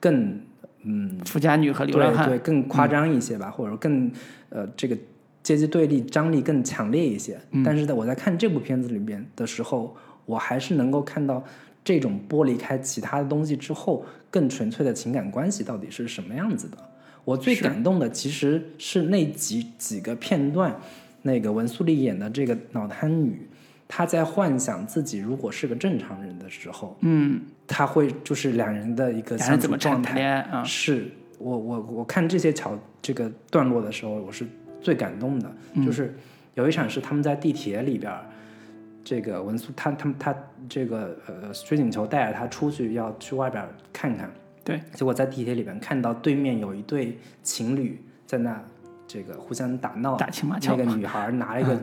S2: 更嗯
S1: 富家女和流浪
S2: 对
S1: 汉，
S2: 对更夸张一些吧，或者说更呃这个阶级对立张力更强烈一些。
S1: 嗯
S2: 但是在我在看这部片子里边的时候，我还是能够看到这种剥离开其他的东西之后，更纯粹的情感关系到底是什么样子的。我最
S1: 是
S2: 感动的其实是那几几个片段，那个文素丽演的这个脑瘫女，她在幻想自己如果是个正常人的时候，
S1: 嗯，
S2: 她会就是两人的一个
S1: 俩人
S2: 相
S1: 怎
S2: 处
S1: 么谈
S2: 状
S1: 谈
S2: 态，
S1: 恋爱啊？
S2: 是我我我看这些桥这个段落的时候，我是最感动的，就是有一场是他们在地铁里边儿，这个文素他他们他这个呃水井球带着他出去要去外边儿看看，
S1: 对，
S2: 结果在地铁里边看到对面有一对情侣在那这个互相打闹，
S1: 打情骂俏
S2: 哦那个女孩拿了一个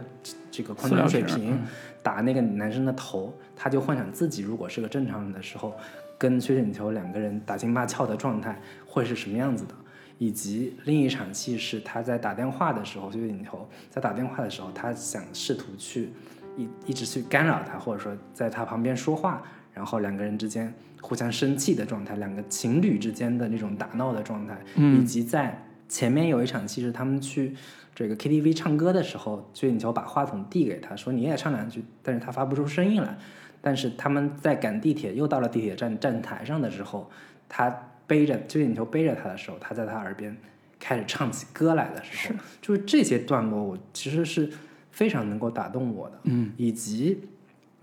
S2: 这个矿
S1: 塑料
S2: 泉
S1: 瓶
S2: 水
S1: 儿
S2: 瓶打那个男生的头，他就幻想自己如果是个正常人的时候，跟薛景球两个人打情骂俏的状态会是什么样子的。以及另一场戏是他在打电话的时候，薛景球在打电话的时候，他想试图去一一直去干扰他，或者说在他旁边说话，然后两个人之间互相生气的状态，两个情侣之间的那种打闹的状态，以及在前面有一场戏是他们去这个 KTV 唱歌的时候，薛景桥把话筒递给他说你也唱两句，但是他发不出声音来。但是他们在赶地铁，又到了地铁站站台上的时候，他背着薛景桥背着他的时候，他在他耳边开始唱起歌来的时候，就是这些段落，我其实是非常能够打动我的，嗯，以及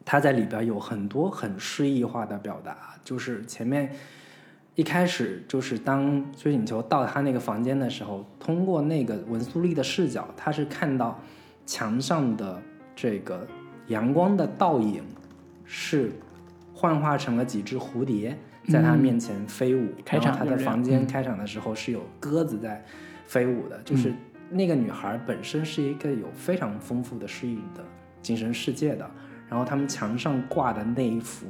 S2: 他在里边有很多很诗意化的表达，就是前面一开始就是当薛景球到他那个房间的时候，通过那个文苏丽的视角，他是看到墙上的这个阳光的倒影是幻化成了几只蝴蝶在他面前飞舞。
S1: 嗯开场
S2: 然后他
S1: 就
S2: 的
S1: 是这样
S2: 房间开场的时候是有鸽子在飞舞的，就是那个女孩本身是一个有非常丰富的诗意的精神世界的。然后他们墙上挂的那一幅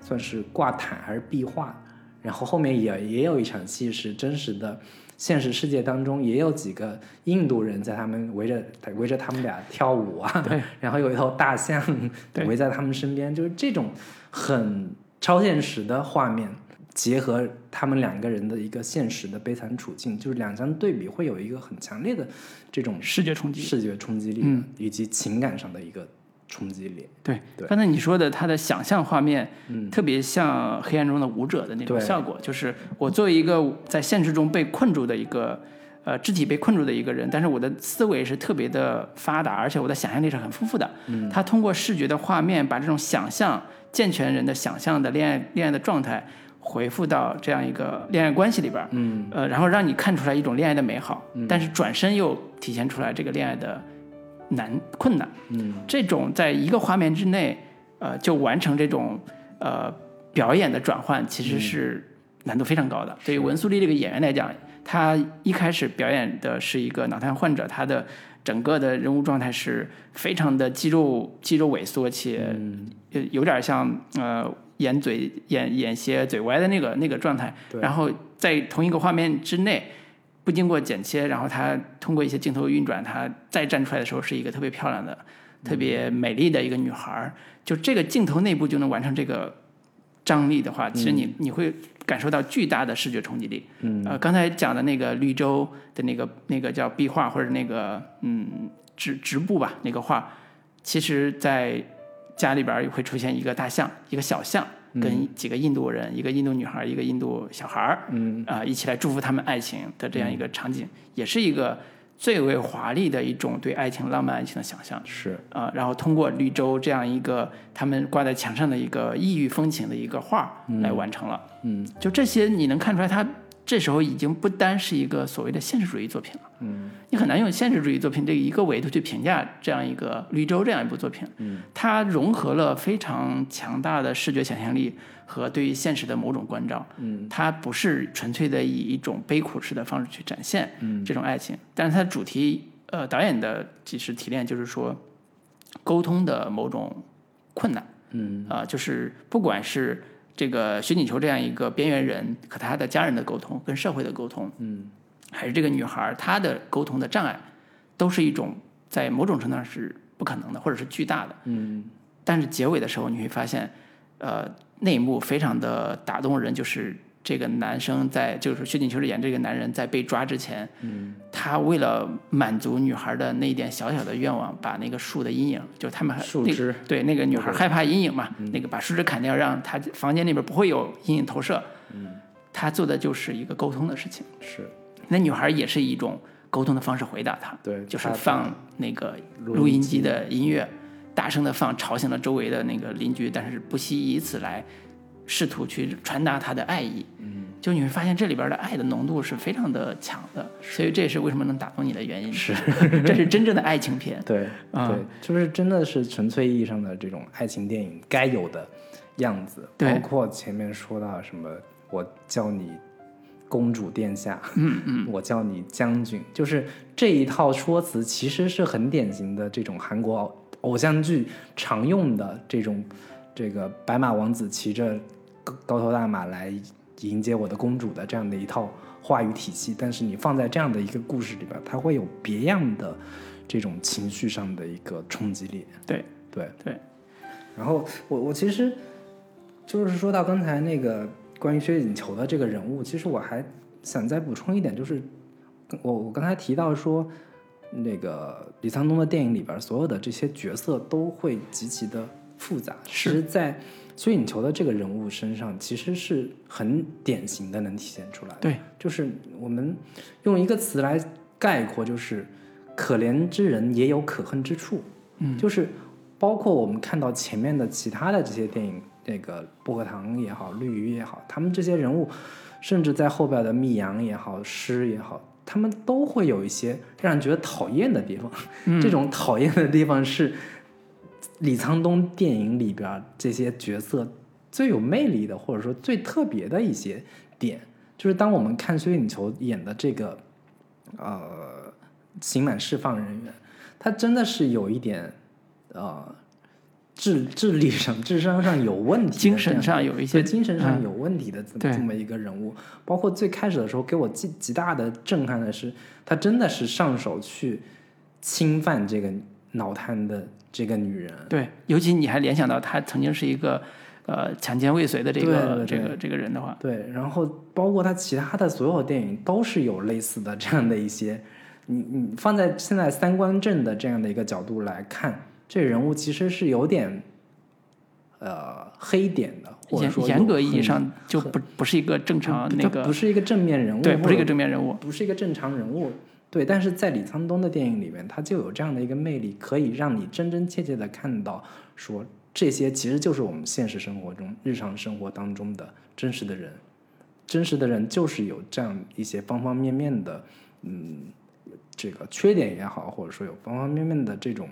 S2: 算是挂毯还是壁画，然后后面也也有一场戏是真实的，现实世界当中也有几个印度人在他们围着围着他们俩跳舞啊，
S1: 对，
S2: 然后有一头大象
S1: 对
S2: 围在他们身边，就是这种很超现实的画面，结合他们两个人的一个现实的悲惨处境，就是两相对比会有一个很强烈的这种
S1: 视觉冲击。
S2: 视觉冲击力的，
S1: 嗯
S2: 以及情感上的一个冲击力。
S1: 对，
S2: 对
S1: 刚才你说的他的想象画面，
S2: 嗯
S1: 特别像黑暗中的舞者的那种
S2: 对
S1: 效果，就是我作为一个在现实中被困住的一个。呃，肢体被困住的一个人，但是我的思维是特别的发达，而且我的想象力是很丰富的。嗯，他通过视觉的画面，把这种想象健全人的想象的恋爱恋爱的状态，回复到这样一个恋爱关系里边。嗯，呃，然后让你看出来一种恋爱的美好，
S2: 嗯
S1: 但是转身又体现出来这个恋爱的难困难。这种在一个画面之内，呃，就完成这种呃表演的转换，其实是难度非常高的。对于文素丽这个演员来讲，她一开始表演的是一个脑瘫患者，她的整个的人物状态是非常的肌肉肌肉萎缩，且呃有点像呃眼嘴眼眼斜嘴歪的那个那个状态。然后在同一个画面之内，不经过剪切，然后它通过一些镜头运转，它再站出来的时候是一个特别漂亮的、特别美丽的一个女孩儿。就这个镜头内部就能完成这个张力的话，其实你你会感受到巨大的视觉冲击力。嗯，呃，刚才讲的那个绿洲的那个那个叫壁画或者那个嗯直直布吧那个画，其实在家里边儿会出现一个大象，一个小象。跟几个印度人，一个印度女孩，一个印度小孩儿，嗯，啊、一起来祝福他们爱情的这样一个场景，也是一个最为华丽的一种对爱情、浪漫爱情的想象。
S2: 是，
S1: 啊，然后通过绿洲这样一个他们挂在墙上的一个异域风情的一个画儿来完成了。
S2: 嗯，
S1: 就这些，你能看出来，它这时候已经不单是一个所谓的现实主义作品了。嗯，你很难用现实主义作品这一个维度去评价这样一个绿洲这样一部作品。嗯，它融合了非常强大的视觉想象力和对于现实的某种关照。嗯，它不是纯粹的以一种悲苦式的方式去展现这种爱情，但是它主题，呃，导演的其实提炼就是说，沟通的某种困难。嗯，啊、就是不管是这个徐锦球这样一个边缘人和他的家人的沟通，跟社会的沟通，嗯，还是这个女孩儿她的沟通的障碍，都是一种在某种程度上是不可能的，或者是巨大的。嗯，但是结尾的时候你会发现，呃，那一幕非常的打动人，就是。这个男生在，就是薛景秋演这个男人在被抓之前，嗯，他为了满足女孩的那一点小小的愿望，把那个树的阴影，就是他们还
S2: 树
S1: 那
S2: 枝
S1: 对，那个嗯女孩害怕阴影嘛，那个把树枝砍掉，让她房间里边不会有阴影投射。嗯她做的就是一个沟通的事情。
S2: 是，
S1: 那女孩也是以一种沟通的方式回答他，
S2: 对
S1: 就是
S2: 她
S1: 放那个
S2: 录
S1: 录
S2: 音
S1: 音机的音乐，大声的放，吵醒了周围的那个邻居，但是不惜以此来试图去传达她的爱意。嗯，就你会发现这里边的爱的浓度是非常的强的，所以这也是为什么能打动你的原因。是， 这是真正的爱情片。
S2: 对，对，就是真的是纯粹意义上的这种爱情电影该有的样子，
S1: 对
S2: 包括前面说到什么，我叫你公主殿下，嗯嗯， 我叫你将军，就是这一套说辞其实是很典型的这种韩国偶偶像剧常用的这种这个白马王子骑着高高头大马来迎接我的公主的这样的一套话语体系，但是你放在这样的一个故事里边，它会有别样的这种情绪上的一个冲击力。
S1: 对
S2: 对，
S1: 对，
S2: 然后我我其实就是说到刚才那个关于薛景球的这个人物，其实我还想再补充一点，就是我我刚才提到说，那个李沧东的电影里边所有的这些角色都会极其的复杂，
S1: 是
S2: 其实在薛景球的这个人物身上，其实是很典型的能体现出来的。
S1: 对，
S2: 就是我们用一个词来概括，就是可怜之人也有可恨之处。嗯，就是包括我们看到前面的其他的这些电影，那个薄荷糖也好，绿鱼也好，他们这些人物，甚至在后边的密阳也好，诗也好，他们都会有一些让人觉得讨厌的地方。这种讨厌的地方是李沧东电影里边儿这些角色最有魅力的，或者说最特别的一些点，就是当我们看薛景球演的这个呃刑满释放人员，他真的是有一点呃智智力上、智商上有问题的这
S1: 精
S2: 样，
S1: 神上有一些
S2: 对精神上
S1: 嗯
S2: 有问题的这么、
S1: 对
S2: 这么一个人物。包括最开始的时候，给我极极大的震撼的是，他真的是上手去侵犯这个脑瘫的这个女人。
S1: 对，尤其你还联想到他曾经是一个呃强奸未遂的这个
S2: 对对对
S1: 这个这个人的话，
S2: 对，然后包括他其他的所有电影都是有类似的这样的一些，你你放在现在三观正的这样的一个角度来看，这人物其实是有点，呃，黑点的，或者
S1: 严
S2: 说
S1: 严格
S2: 有
S1: 意义
S2: 很
S1: 上就不不是一个正常
S2: 不
S1: 那
S2: 他不
S1: 个
S2: 是一个正面人物，
S1: 对，
S2: 或
S1: 不是一
S2: 者
S1: 个正面人物。
S2: 嗯不是一个正常人物。对，但是在李沧东的电影里面，他就有这样的一个魅力，可以让你真真切切的看到，说这些其实就是我们现实生活中、日常生活当中的真实的人，真实的人就是有这样一些方方面面的，嗯，这个缺点也好，或者说有方方面面的这种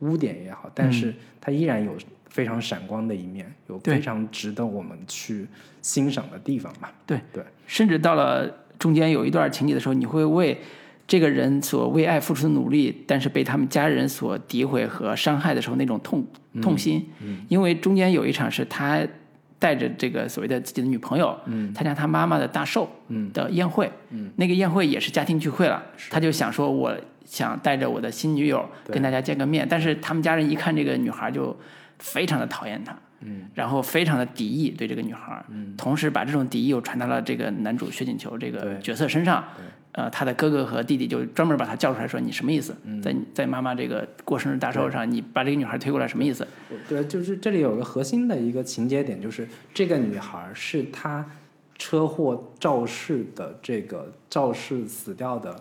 S2: 污点也好，但是他依然有非常闪光的一面，有
S1: 嗯对
S2: 非常值得我们去欣赏的地方吧。
S1: 对
S2: 对，
S1: 甚至到了中间有一段情节的时候，你会为这个人所为爱付出的努力，但是被他们家人所
S2: 嗯
S1: 嗯诋毁和伤害的时候那种痛痛心，因为中间有一场是他带着这个所谓的自己的女朋友，嗯，参加他妈妈的大寿，嗯的宴会，嗯，那个宴会也是家庭聚会了，他就想说，我想带着我的新女友跟大家见个面，但是他们家人一看这个女孩就非常的讨厌她，嗯，然后非常的敌意对这个女孩，嗯，同时把这种敌意又传到了这个男主薛锦球这个角色身上，呃，他的哥哥和弟弟就专门把他叫出来说，你什么意思？在你在妈妈这个过生日大寿上，你把这个女孩推过来什么意思？
S2: 对，就是这里有个核心的一个情节点，就是这个女孩是她车祸肇事的这个肇事死掉的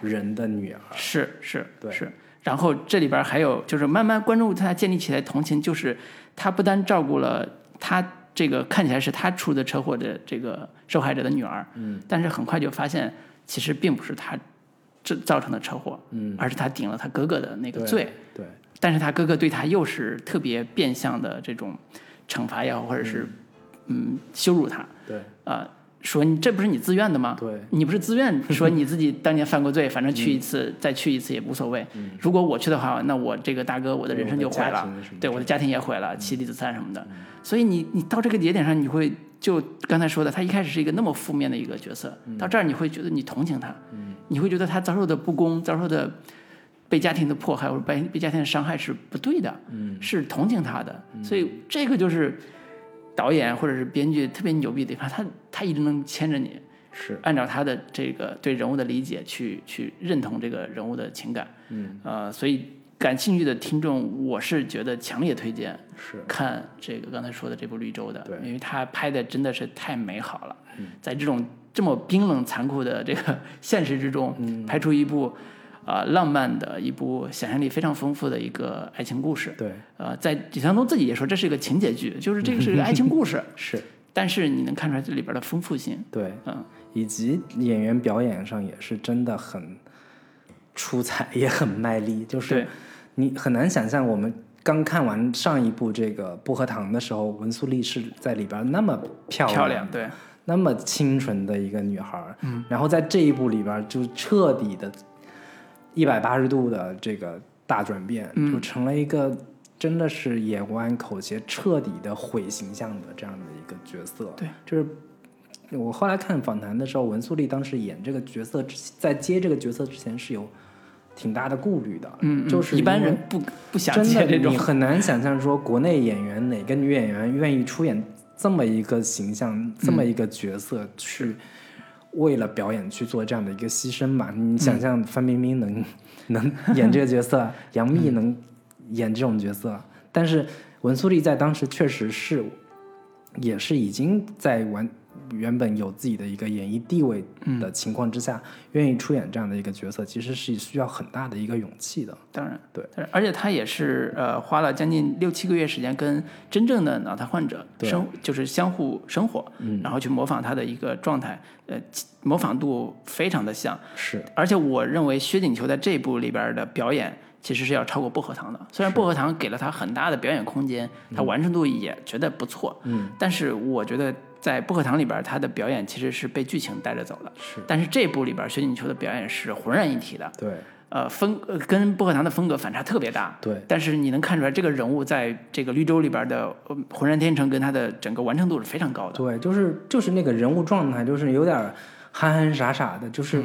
S2: 人的女儿。
S1: 是是，
S2: 对
S1: 是。然后这里边儿还有就是慢慢观众对他建立起来同情，就是他不单照顾了他这个看起来是他出的车祸的这个受害者的女儿，嗯，但是很快就发现其实并不是他这造成的车祸，嗯，而是他顶了他哥哥的那个
S2: 对
S1: 罪，
S2: 对，
S1: 但是他哥哥对他又是特别变相的这种惩罚也好，或者是嗯羞辱他，
S2: 对，
S1: 啊、说你这不是你自愿的吗？
S2: 对，
S1: 你不是自愿说你自己当年犯过罪，反正去一次、
S2: 嗯
S1: 再去一次也无所谓。如果我去的话，那我这个大哥我的人生就毁
S2: 我的家
S1: 了
S2: 庭什么，
S1: 对我的家庭也毁
S2: 嗯
S1: 了，妻离子散什么的。所以你你到这个节点上，你会就刚才说的，他一开始是一个那么负面的一个角色，
S2: 嗯
S1: 到这儿你会觉得你同情他，你会觉得他遭受的不公、遭受的被家庭的迫害或者被被家庭的伤害是不对的，
S2: 嗯
S1: 是同情他的。所以这个就是导演或者是编剧特别牛逼的地方，他他一直能牵着你，
S2: 是
S1: 按照他的这个对人物的理解去去认同这个人物的情感。嗯，呃，所以感兴趣的听众，我是觉得强烈推荐
S2: 是，
S1: 看这个刚才说的这部《绿洲》的
S2: 对，嗯
S1: 因为他拍的真的是太美好了，在这种这么冰冷残酷的这个现实之中，
S2: 嗯
S1: 拍出一部。呃，浪漫的一部想象力非常丰富的一个爱情故事。
S2: 对，
S1: 呃，在李沧东自己也说这是一个情节剧，就是这个是一个爱情故 事，
S2: 是，
S1: 但是你能看出来这里边的丰富性。
S2: 对，
S1: 嗯，
S2: 以及演员表演上也是真的很出彩，也很卖力，就是
S1: 对
S2: 你很难想象我们。刚看完上一部这个《薄荷糖》的时候，文素丽是在里边那么漂亮，
S1: 漂亮，嗯对，
S2: 那么清纯的一个女孩儿，然后在这一部里边儿就彻底的，一百八十度的这个大转变，就
S1: 嗯
S2: 成了一个真的是野湾口协彻底的毁形象的这样的一个角色。
S1: 对，
S2: 就是我后来看访谈的时候，文素丽当时演这个角色之，在接这个角色之前是有挺大的顾虑的，
S1: 嗯，嗯
S2: 就是
S1: 一般
S2: 因为
S1: 人不不想
S2: 真
S1: 接
S2: 的
S1: 这种
S2: 你，很难想象说国内演员哪个女演员愿意出演这么一个形象、
S1: 嗯
S2: 这么一个角色，去为了表演去做这样的一个牺牲吧。
S1: 嗯
S2: 你想象范冰冰能、能演这个角色，杨幂
S1: 嗯
S2: 能演这种角色，但是文素丽在当时确实是也是已经在完原本有自己的一个演艺地位
S1: 嗯
S2: 的情况之下，愿意出演这样的一个角色，其实是需要很大的一个勇气的。
S1: 当然
S2: 对
S1: 当然而且他也是呃花了将近六七个月时间跟真正的脑瘫患者
S2: 对嗯
S1: 生就是相互生活，然后去模仿他的一个状态，呃，模仿度非常的像，
S2: 是
S1: 而且我认为薛景求在这部里边的表演其实是要超过薄荷糖的。虽然薄荷糖给了他很大的表演空间，
S2: 嗯
S1: 他完成度也觉得不错，嗯，但是我觉得在薄荷糖里边他的表演其实是被剧情带着走的。
S2: 是，
S1: 但是这部里边薛景求的表演是浑然一体的，
S2: 对。
S1: 呃，风呃跟薄荷糖的风格反差特别大。
S2: 对
S1: 但是你能看出来这个人物在这个绿洲里边的呃浑然天成跟他的整个完成度是非常 高的。
S2: 对，就是就是那个人物状态，就是有点憨憨傻傻的，
S1: 嗯
S2: 就是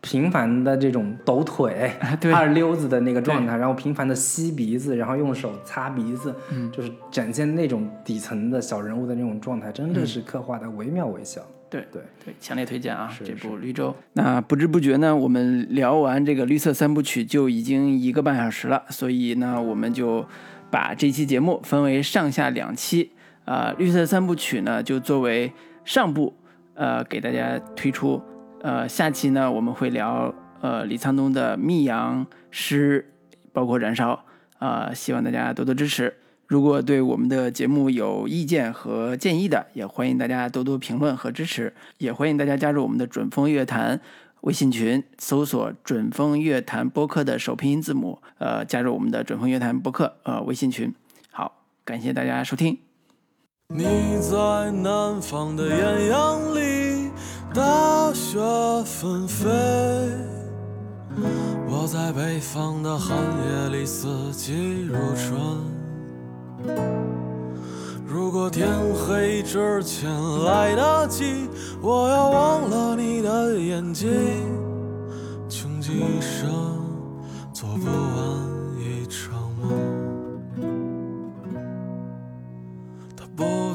S2: 频繁的这种抖腿、
S1: 对
S2: 二溜子的那个状态，然后频繁的吸鼻子，然后用手擦鼻子，
S1: 嗯
S2: 就是展现那种底层的小人物的那种状态，真
S1: 嗯
S2: 的是刻画的惟妙惟肖。
S1: 对
S2: 对
S1: 对，强烈推荐啊
S2: 是
S1: 这部《绿洲》。那不知不觉呢，我们聊完这个绿色三部曲就已经一个半小时了，所以呢，我们就把这期节目分为上下两期。呃，绿色三部曲呢，就作为上部，呃，给大家推出。呃，下期呢，我们会聊呃李沧东的《密阳诗》，包括《燃烧》。呃，希望大家多多支持。如果对我们的节目有意见和建议的，也欢迎大家多多评论和支持，也欢迎大家加入我们的准风乐坛微信群，搜索“准风乐坛播客”的首拼音字母，呃，加入我们的准风乐坛播客呃微信群。好，感谢大家收听。
S3: 你在南方的艳阳里，大雪纷飞；我在北方的寒夜里，四季如春。如果天黑之前来得及，我要忘了你的眼睛。穷极一生，做不完一场梦。他不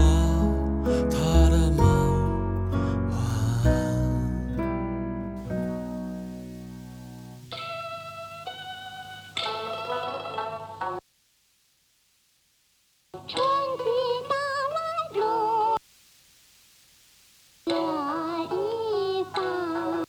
S3: 他的梦，晚安。
S4: 春去到来路，这一方。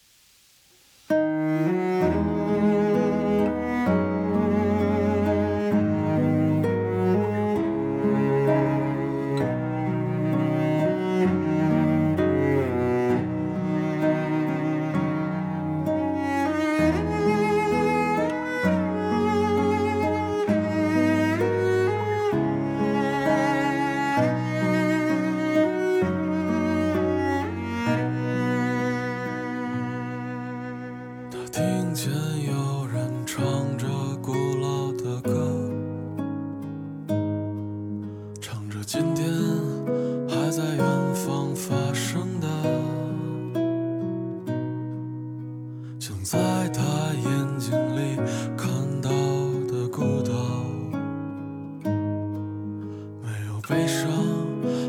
S3: 他听见有人唱着古老的歌，唱着今天还在远方发生的，想在他眼睛里看到的孤岛，没有悲伤，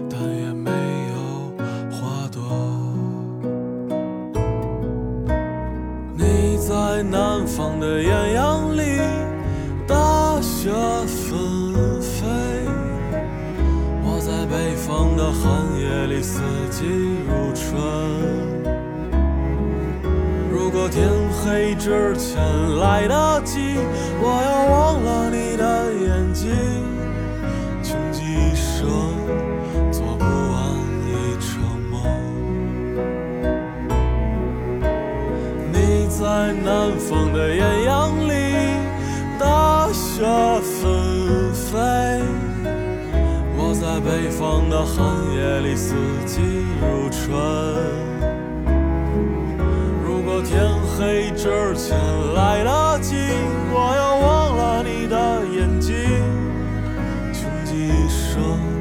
S3: 但也没有花朵。你在南方的艳阳里，大雪纷飞；我在北方的寒夜里，四季如春。如果天黑之前来得及，我要忘了你的眼睛，穷极一生做不完一场梦。你在南方的艳阳里，大雪纷飞；我在北方的寒夜里，四季如春。如果天黑之前来得及，我要忘了你的眼睛，穷极一生。